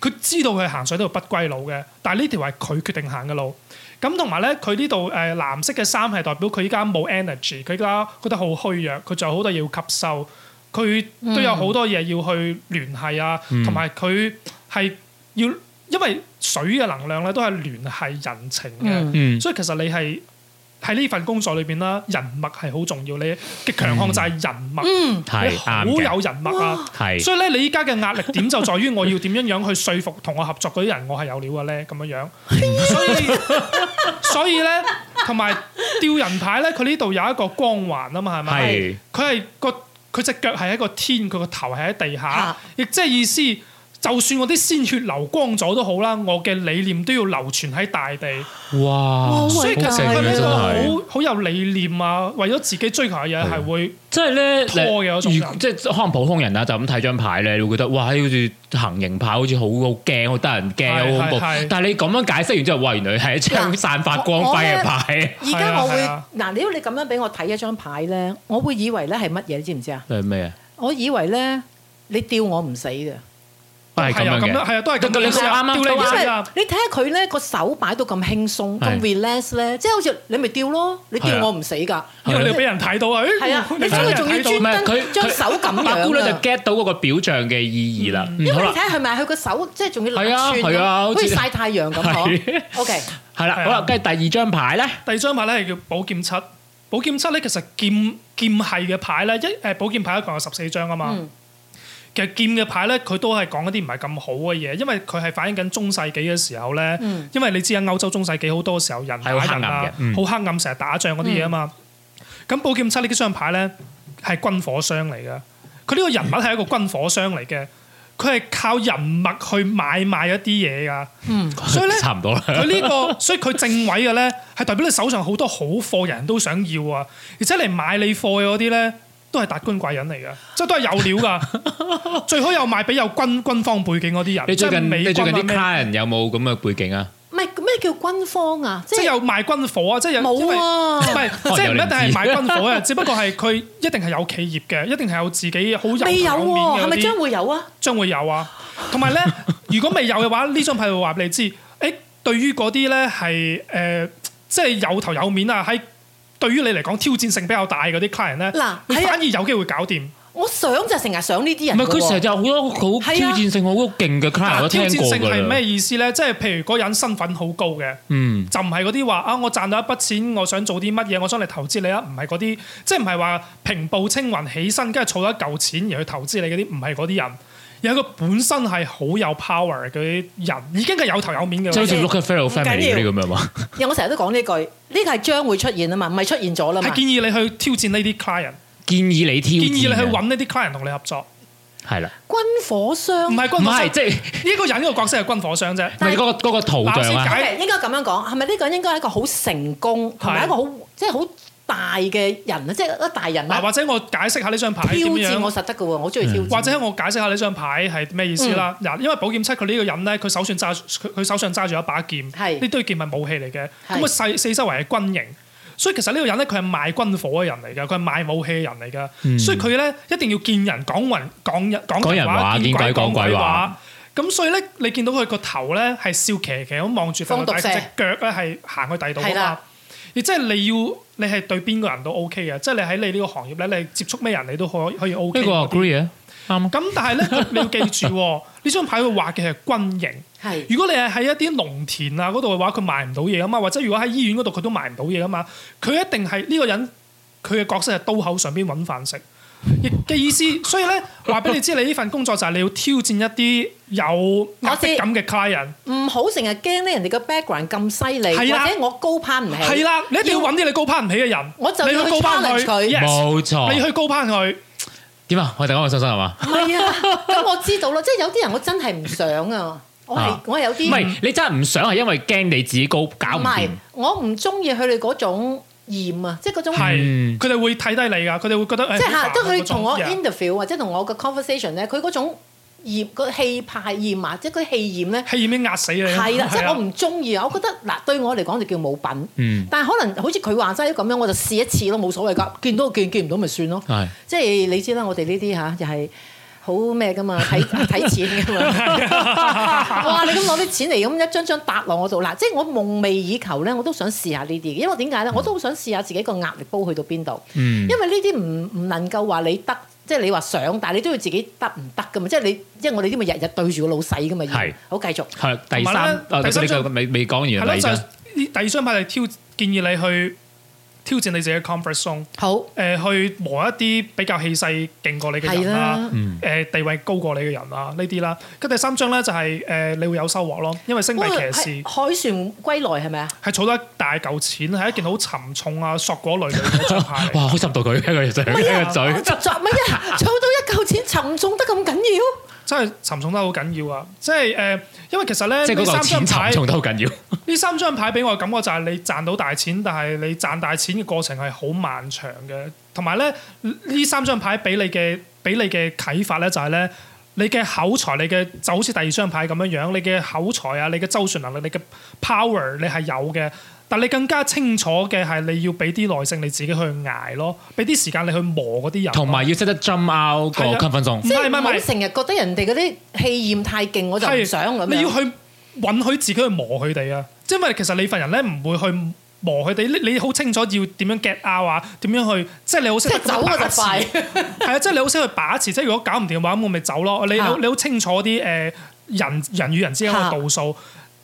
D: 係佢知道佢行上呢條不歸路嘅，但係呢條係佢決定行嘅路。咁同埋咧，佢呢度誒藍色嘅衫係代表佢依家冇 energy，佢依家覺得好虛弱，佢仲有好多嘢要吸收，
C: 嗯
D: 佢都有好多嘢要去聯繫啊，同埋佢係要因為水嘅能量咧都係聯繫人情嘅，
C: 嗯
D: 所以其實你係喺呢份工作裏邊啦，人脈係好重要。你嘅強項就係人脈，
C: 係
D: 你好
C: 啱嘅，
D: 有人脈啊。
C: 係
D: 所以咧，你依家嘅壓力點就在於我要點樣樣去說服同我合作嗰啲人，我係有料嘅咧，咁樣樣。所以你，所以咧，同埋吊人牌咧，佢呢度有一個光環啊嘛，係咪？
C: 係
D: 佢係個佢只腳係喺個天，佢個頭係喺地下
B: 嚇，
D: 亦即係意思，就算我啲鮮血流光咗都好啦，我嘅理念都要流傳喺大地。
C: 哇，
B: 所
D: 所以其實
C: 好正啊
D: 佢呢
C: 真
D: 個
C: 係。
D: 好好有理念啊，為咗自己追求嘅嘢係會
C: 即係咧，
D: 拖嘅嗰種
C: 如
D: 人
C: 即係可能普通人啊，就咁睇張牌咧，你會覺得哇，好似行刑牌，好似好好驚，好得人
D: 係
C: 驚，好恐怖
D: 係係。
C: 但係你咁樣解釋完之後，哇，原來係一張
B: 嗱
C: 散發光輝嘅牌，
B: 而家我會
D: 係啊
B: 嗱，如果你咁樣俾我睇一張牌咧，我會以為咧係乜嘢，你知唔知啊？
C: 係咩啊？
B: 我以為咧你吊我唔死嘅，
C: 係咁
D: 啊
C: 樣
D: 咁
C: 嘅
D: 樣，。係啊，都係咁
C: 你
D: 樣
C: 你講得啱啊
D: 吊
C: 都
D: 你
B: 因
D: 唔
B: 為
D: 死啊！
B: 你睇下佢咧個手擺到咁輕鬆，咁
C: 係
B: relax 咧，即係好似你咪吊咯，你
C: 係
B: 吊
C: 啊
B: 我唔死㗎。
D: 因為你俾人睇到啊，
B: 係啊
D: 誒
B: 你所以仲要
D: 俾人睇到
B: 專
C: 唔係佢
B: 將手咁樣
C: 白姑娘就
B: 啊
C: get 到嗰個表象嘅意義啦。嗯
B: 因
C: 好
B: 為你
C: 啦
B: 睇，下係咪佢個手即係仲要
C: 係啊
B: 立寸
C: 係啊
B: 咁，
C: 好
B: 好
C: 似
B: 似曬太 陽咁
C: 係
B: 嗬。OK，
C: 係啦，
D: 係啊
C: 好啦，跟住第二張牌咧，
D: 第二張牌咧係叫寶劍七，寶劍七咧其實劍劍係嘅牌咧，一誒寶劍牌一共有十四張啊嘛。
B: 嗯
D: 其實劍嘅牌咧，佢都係講一啲唔係咁好嘅嘢，因為佢係反映緊中世紀嘅時候咧。
B: 嗯
D: 因為你知啊，歐洲中世紀好多時候人打
C: 係好黑
D: 人
C: 暗嘅
D: 啊，
C: 嗯
D: 好黑暗，成日打仗嗰啲嘢啊嘛。
B: 嗯
D: 咁寶劍七呢啲張牌咧係軍火商嚟嘅，佢呢個人物係一個軍火商嚟嘅，佢係靠人脈去買賣一啲嘢㗎。
B: 嗯，
D: 所以咧
C: 差唔多啦。
D: 佢呢、個，所以佢正位嘅咧，係代表你手上好多好貨，人都想要啊！而且嚟買你貨嘅嗰啲咧，都係達官貴人嚟嘅，即係都係有料噶。最好又賣俾有軍軍方背景嗰啲 人，
C: 你最
D: 即係
C: 近
D: 美
C: 你最近
D: 軍啊
C: 啲
D: 咩，
C: client 有冇咁嘅背景啊？
B: 唔係咩叫軍方啊？即
D: 即係
B: 係
D: 有賣軍火啊！即係有因為
B: 冇啊
D: 唔？ 係，即係唔一定係
C: 哦有
D: 賣軍火啊，只不過係佢一定係有企業嘅，一定係有自己好有
B: 未有
D: 牌面嘅
B: 喎，係咪
D: 嗰啲
B: 將會有啊？
D: 將會有啊。同埋 咧，如果未有嘅話，呢張牌會話俾你知，誒、對於嗰啲咧係誒，即係有頭有面啊，喺對於你嚟講挑戰性比較大嗰啲 client 咧，
B: 嗱
D: 你
B: 係啊
D: 反而有機會搞掂。
B: 我想就成日想呢啲
C: 唔
B: 人
C: 係
B: 㗎
C: 佢成日
B: 喎。
C: 有好多好
B: 係啊
C: 挑戰性、好勁嘅 client 啊我
D: 嗱
C: 都
D: 啊挑
C: 聽
D: 戰
C: 過
D: 性
C: 㗎
D: 係咩
C: 啦。
D: 意思咧？即係譬如嗰人身份好高嘅，
C: 嗯，
D: 就唔係嗰啲話啊，我賺到一筆錢，我想做啲乜嘢，我想嚟投資你啊，唔係嗰啲，即係唔係話平步青雲起身，跟住儲咗一嚿錢而去投資你嗰啲，唔係嗰啲人。有一個本身係好有 power 嘅人，已經係有頭有面嘅。
C: 即係好似
B: 唔
C: Rockefeller
B: 緊要
C: family 嗰啲咁樣嘛。
B: 我成日都講呢句，呢個係將會出現啊嘛，唔係出現咗啦嘛
D: 係。建議你去挑戰呢啲 client，
C: 建議你挑
D: 建
C: 戰
D: 議你
C: 啊，
D: 去揾呢啲 client 同你合作，
C: 係啦，
B: 軍火商
D: 唔係
C: 唔
D: 軍火商
C: 係，即係
D: 呢個人呢個角色係軍火商啫。
C: 唔係嗰個嗰個圖像
D: 嗱我先
C: 啊
D: 解。
B: OK，應該咁樣講，係咪呢個人應該係一個好成功同埋一個好即係好大嘅人啊，即係一個大人
D: 嗱，
B: 啊，
D: 或者我解釋下呢張牌
B: 挑
D: 點
B: 戰我
D: 樣，啊
B: 實得㗎喎，我中意挑戰。
D: 或者我解釋下呢張牌係咩意思啦。
B: 嗯
D: 嗱，因為寶劍七佢呢個人咧，佢手上揸佢佢手上揸住一把劍，
B: 係
D: 呢堆劍係武器嚟嘅，
B: 係
D: 咁啊四四周圍係軍營。所以其實呢個人咧，佢係賣軍火嘅人嚟㗎，佢係賣武器嘅人嚟㗎，所以佢咧一定要見人講人講人講
C: 嗯講人話
D: 見
C: 見鬼
D: 鬼
C: 講鬼
D: 鬼
C: 話。
D: 咁所以咧，你見到佢個頭咧係笑騎騎咁望住
B: 放
D: 佢，
B: 毒
D: 但
B: 蛇
D: 係隻腳咧係行去第二度啊
B: 係啦
D: 嘛。亦即係你要你係對邊個人都 OK 嘅，即係你喺你呢個行業咧，你接觸咩人你都可以可以 OK
C: 呢
D: 嘅。
C: 個 agree 啊，啱啊。
D: 咁但係咧， 你要記住喎呢張牌佢畫嘅係軍營。
B: 係
D: 如果你係喺一啲農田啊嗰度嘅話，佢賣唔到嘢啊嘛，或者如果喺醫院嗰度佢都賣唔到嘢啊嘛，佢一定係呢、個人佢嘅角色係刀口上邊揾飯食，亦嘅意思。所以咧，話俾你知，你呢份工作就係你要挑戰一啲有壓迫感嘅 client，
B: 唔好成日驚咧人哋個 background 咁犀利，
D: 係啦
B: 或者我高攀唔起。
D: 係啦，你一定要揾啲你高攀唔起嘅人，
B: 我就要
D: 你去高攀
B: challenge 佢
D: yes，
C: 冇
D: 你
C: 錯。
D: 去高嗯攀佢，
C: 點啊？我哋講個信心係嘛？
B: 唔係啊， 咁我知道啦，即係有啲人我真係唔想啊，我係
C: 啊
B: 我係有
C: 唔
B: 啲
C: 係你真係唔想係因為驚你自己高搞唔
B: 唔
C: 掂
B: 係。我唔中意佢哋嗰種厭啊，即係嗰種。
D: 係
C: 嗯
D: 佢哋會睇低你噶，佢哋會覺得
B: 即係
D: 係
B: 嚇，即係佢同我
D: n
B: interview 或者同我嘅 conversation 咧，佢嗰種厭個氣派厭啊，即係嗰啲氣厭咧，
D: 氣已經壓死你啦，
B: 係啦，即係
D: 啊
B: 我唔中意啊！我覺得嗱，對我嚟講就叫冇品，
C: 嗯
B: 但係可能好似佢話齋咁樣，我就試一次咯，冇所謂㗎，見到就見，見唔到咪算咯。
C: 係。
B: 即係你知啦，我哋呢啲嚇又係好咩噶嘛， 睇睇錢噶
C: 啊
B: 嘛。哇！你咁攞啲錢嚟咁一張張搭落我度嗱，即係我夢寐以求咧，我都想試下呢啲嘅，因為
C: 嗯
B: 點解咧？我都好想試下自己個壓力煲去到邊度，因為呢啲唔唔能夠話你得。即係你話想，但係你都要自己得唔得噶嘛？即係你，因為我哋啲咪日日對住個老細噶嘛，
C: 係
B: 要好繼續。
C: 係第
D: 同埋
C: 三，
D: 咧
C: 啊你
D: 第三
C: 你
D: 張
C: 個未未講
D: 係
C: 完
D: 咯，
C: 第
D: 就
C: 二
D: 係
C: 張
D: 呢第二張牌係挑建議你去挑戰你自己嘅 comfort zone，
B: 好
D: 誒去磨一啲比較氣勢勁過你嘅
B: 係
D: 人啦
B: 啦，
C: 嗯
D: 誒地位高過你嘅人啊呢啲啦。跟第三張咧就係誒你會有收穫咯，因為星
B: 哇
D: 幣騎士
B: 係。海船歸來係咪啊？
D: 係儲到一大嚿錢，係一件好沉重啊、索果累累嘅張牌嚟。
C: 哇，好浸到佢一 個嘴，
D: 啊
C: 一個 嘴。
B: 作乜啊？儲到一嚿錢沉重得咁緊要？
D: 真係沉重得好緊要啊！即係誒、呃因為其實咧
C: 即係
D: 呢
C: 嗰嚿
D: 三張
C: 錢
D: 牌
C: 沉，重都好緊要。
D: 呢三張牌俾我嘅感覺就係你賺到大錢，但係你賺大錢嘅過程係好漫長嘅，同埋咧呢三張牌俾你嘅俾你嘅啟發咧就係咧。你嘅口才，你嘅就好似第二張牌咁樣樣，你嘅口才啊，你嘅周旋能力，你嘅 power，你係有嘅。但你更加清楚嘅係，你要俾啲耐性你自己去捱咯，俾啲時間你去磨嗰啲人咯。
C: 同埋要識得 jump out 個
D: 係啊
C: comfort zone
D: 唔。
B: 即
D: 係
B: 係
D: 唔係
B: 唔
D: 唔
B: 好
D: 係
B: 成日覺得人哋嗰啲氣焰太勁，我就唔
D: 係
B: 想咁
D: 你要
B: 樣。
D: 去允許自己去磨佢哋啊！即係因為其實你份人咧唔會去磨佢哋，你你好清楚要點樣 get out 啊，點樣去，即係你好識
B: 即
D: 得
B: 係走我
D: 把
B: 就
D: 持
B: 快，
D: 係啊！即係你好識去把持，即係如果搞唔掂嘅話，咁我咪走咯。你你好
B: 啊
D: 你好清楚啲誒人人與人之間嘅度數，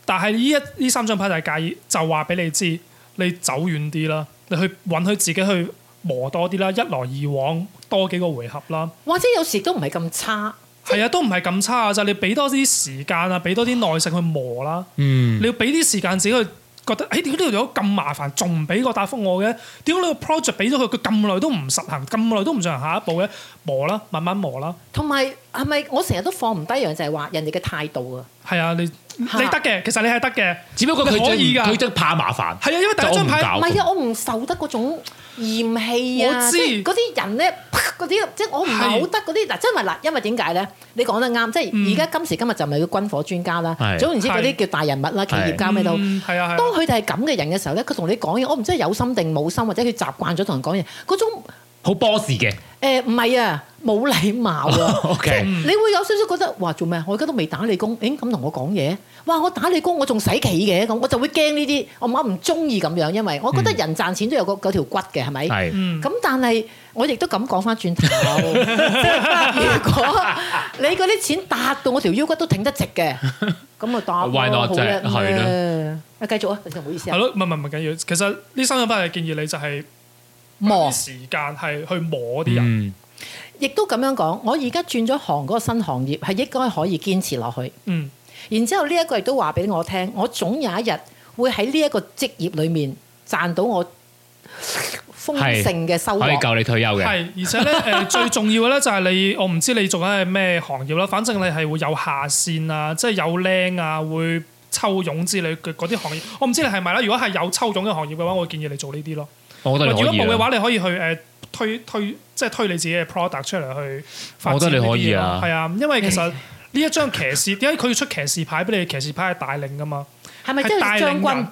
D: 但係呢一呢三張牌就係介意，就話俾你知，你走遠啲啦，你去允許自己去磨多啲啦，一來二往多幾個回合啦。
B: 或者有時都唔係咁差。
D: 係啊，都唔係咁差啊！就係你俾多啲時間啊，俾多啲耐性去磨啦。
C: 嗯，
D: 你要俾啲時間自己去覺得，誒點解呢度有咁麻煩，仲唔俾個答覆我嘅？點解呢個 project 俾咗佢，佢咁耐都唔實行，咁耐都唔上行下一步嘅？磨啦，慢慢磨啦。
B: 同埋係咪我成日都放唔低一樣就係話人哋嘅態度啊？
D: 係啊，你你
B: 嚇
D: 得嘅，其實你係得嘅。
C: 只不過佢
D: 你可
C: 真
D: 以㗎
C: 佢真怕麻煩。
D: 係啊，因為第一張
C: 就我
D: 牌
B: 唔係啊，我唔受得嗰種嫌棄啊，
D: 我知
B: 即係嗰啲人咧，嗰啲即係我唔係好得嗰啲嗱，真係嗱，因為點解咧？你講得啱，即係而家今時今日就咪叫軍火專家啦
C: 係。
B: 總言之，嗰
D: 係
B: 啲叫大人物啦，企業家咩都。
D: 嗯係啊係啊
B: 當佢哋係咁嘅人嘅時候咧，佢同你講嘢，我唔知係有心定冇心，或者佢習慣咗同人講嘢，嗰種
C: 好 boss 嘅。
B: 誒唔係啊，冇禮貌啊即係
C: ，OK，
D: 嗯
B: 你會有少少覺得，哇做咩啊？我而家都未打你工，已經咁同我講嘢，哇我打你工我仲使企嘅，咁我就會驚呢啲，我唔我唔中意咁樣，因為我覺得人賺錢都有個嗰條骨嘅，係咪？
C: 係
B: 咁但係我亦都咁講翻轉頭， 即係如果你嗰啲錢達到我條腰骨都挺得直嘅，咁咪打
C: Why
B: 咯
C: not
B: 好
C: 啫
B: 叻
C: 係
B: 咩？啊繼續啊，唔好意思
D: 係
B: 啊，
D: 咯，唔係唔係唔緊要。其實呢三張牌係建議你就係
B: 磨
D: 啲。時間係去磨啲人。
C: 嗯
B: 亦都咁樣講，我而家轉咗行嗰個新行業，係應該可以堅持落去。
D: 嗯，
B: 然之後呢一個亦都話俾我聽，我總有一日會喺呢一個職業裏面賺到我豐盛嘅收
C: 可以
B: 穫。
C: 夠你退休嘅。
D: 係，而且 咧誒最重要嘅咧就係你，我唔知你做緊係咩行業啦，反正你係會有下線啊，即係有靚啊，會抽佣之類嘅嗰啲行業，我唔知你係咪啦。如果係有抽佣嘅行業嘅話，我會建議你做呢啲咯。
C: 我覺
D: 喂
C: 得
D: 如
C: 你
D: 果
C: 可以
D: 冇嘅
C: 啊。
D: 話，你可以去誒、呃推推，即係推你自己嘅 product 出嚟去發
C: 我覺
D: 展
C: 得
D: 呢
C: 你
D: 啲
C: 可以
D: 嘢
C: 啊
D: 咯係啊，因為其實呢一張騎士點解佢要出騎士牌俾你？騎士牌係帶領噶嘛，
B: 係咪即
D: 係
B: 係
D: 帶領
B: 將軍
D: 人？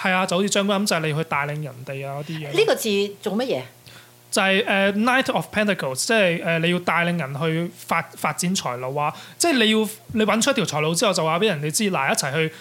D: 係啊，就好似將軍咁，就係、你去帶領人哋啊嗰啲嘢。
B: 呢個字做乜嘢？
D: 就係誒 Knight of Pentacles，即係誒你要帶領人去發發展財路啊！即係你要你揾出一條財路之後，就話俾人哋知，嗱一齊去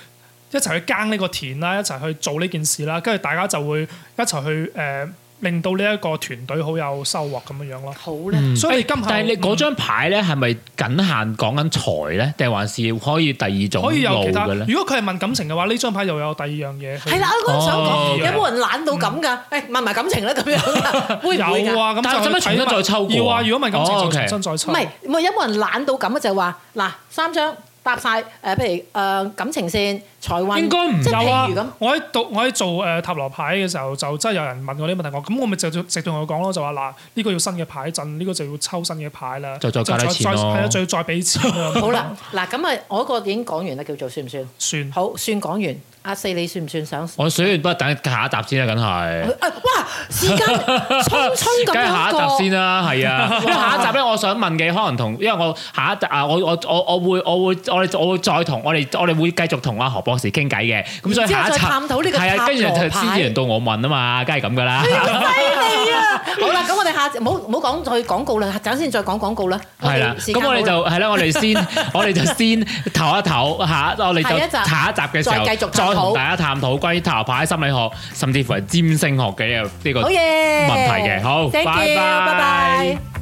D: 一齊去耕呢個田啦，一齊去做呢件事啦，跟住大家就會一齊去誒、呃令到呢一個團隊好有收穫咁樣樣咯。
B: 好咧，
D: 所以你今後
C: 嗯但係你嗰
D: 嗯
C: 張牌咧，係咪僅限講緊財咧，定係還是可以第二種
D: 可以有
C: 路
D: 其他，
C: 嘅咧？
D: 如果佢係問感情嘅話，呢張牌又有第二樣嘢去。
B: 係啦，我都想講，
C: 哦
B: 有冇人懶到咁㗎？誒，問埋感情啦， 咁樣會唔會㗎
D: 有？啊，咁
C: 但係
D: 就
C: 使唔使重新
D: 睇埋
C: 再抽過啊
D: 要啊，如果問感情
C: 哦
D: 就
C: OK
D: 重新再抽。
B: 唔係唔係有冇人懶到咁啊？就係話嗱，三張搭晒誒，譬如誒、呃感情線、財運，
C: 應該唔
B: 即係
D: 有啊
B: 譬如咁。！
D: 我喺讀我喺做誒、呃塔羅牌嘅時候，就真係有人問我呢啲問題，我咁我咪直接直接同佢講咯，就話嗱呢個要新嘅牌陣，呢、個就要抽新嘅牌啦，
C: 就再加啲錢
D: 就再
C: 咯
D: 係啊，再再俾錢 啊
B: 好啦，嗱咁啊，我嗰個已經講完啦，叫做算唔算？
D: 算。
B: 好，算講完。阿四，你算唔算想？
C: 我水完不等下一集先啦，梗係。
B: 啊哇！時間匆匆咁
C: 梗
B: 樣
C: 係下一集
B: 過
C: 先，啦，係啊，因為下一集咧，我想問嘅可能同，因為我下一集啊，我我我我會我會我哋我會再同我哋我哋會繼續同阿何博士傾偈嘅，咁所
B: 然
C: 以
B: 之後
C: 下一集
B: 再探討呢個
C: 係啊，
B: 塔羅
C: 跟住就先
B: 牌
C: 至輪到我問啊嘛，梗係咁噶啦，
B: 犀利啊！好啦，咁我哋下唔好唔好講再廣告啦，陣先再講廣告啦。
C: 係啦，咁我哋就係啦，我哋先 我哋就先唞一唞下，我哋
B: 下一
C: 就
B: 集
C: 下一集嘅時候
B: 再繼續探討
C: 再同大家探討關於塔羅牌心理學，甚至乎係占星學嘅呢個呢個
B: 好嘢
C: 問題嘅，好，
B: Thank
C: 拜
B: you，拜拜。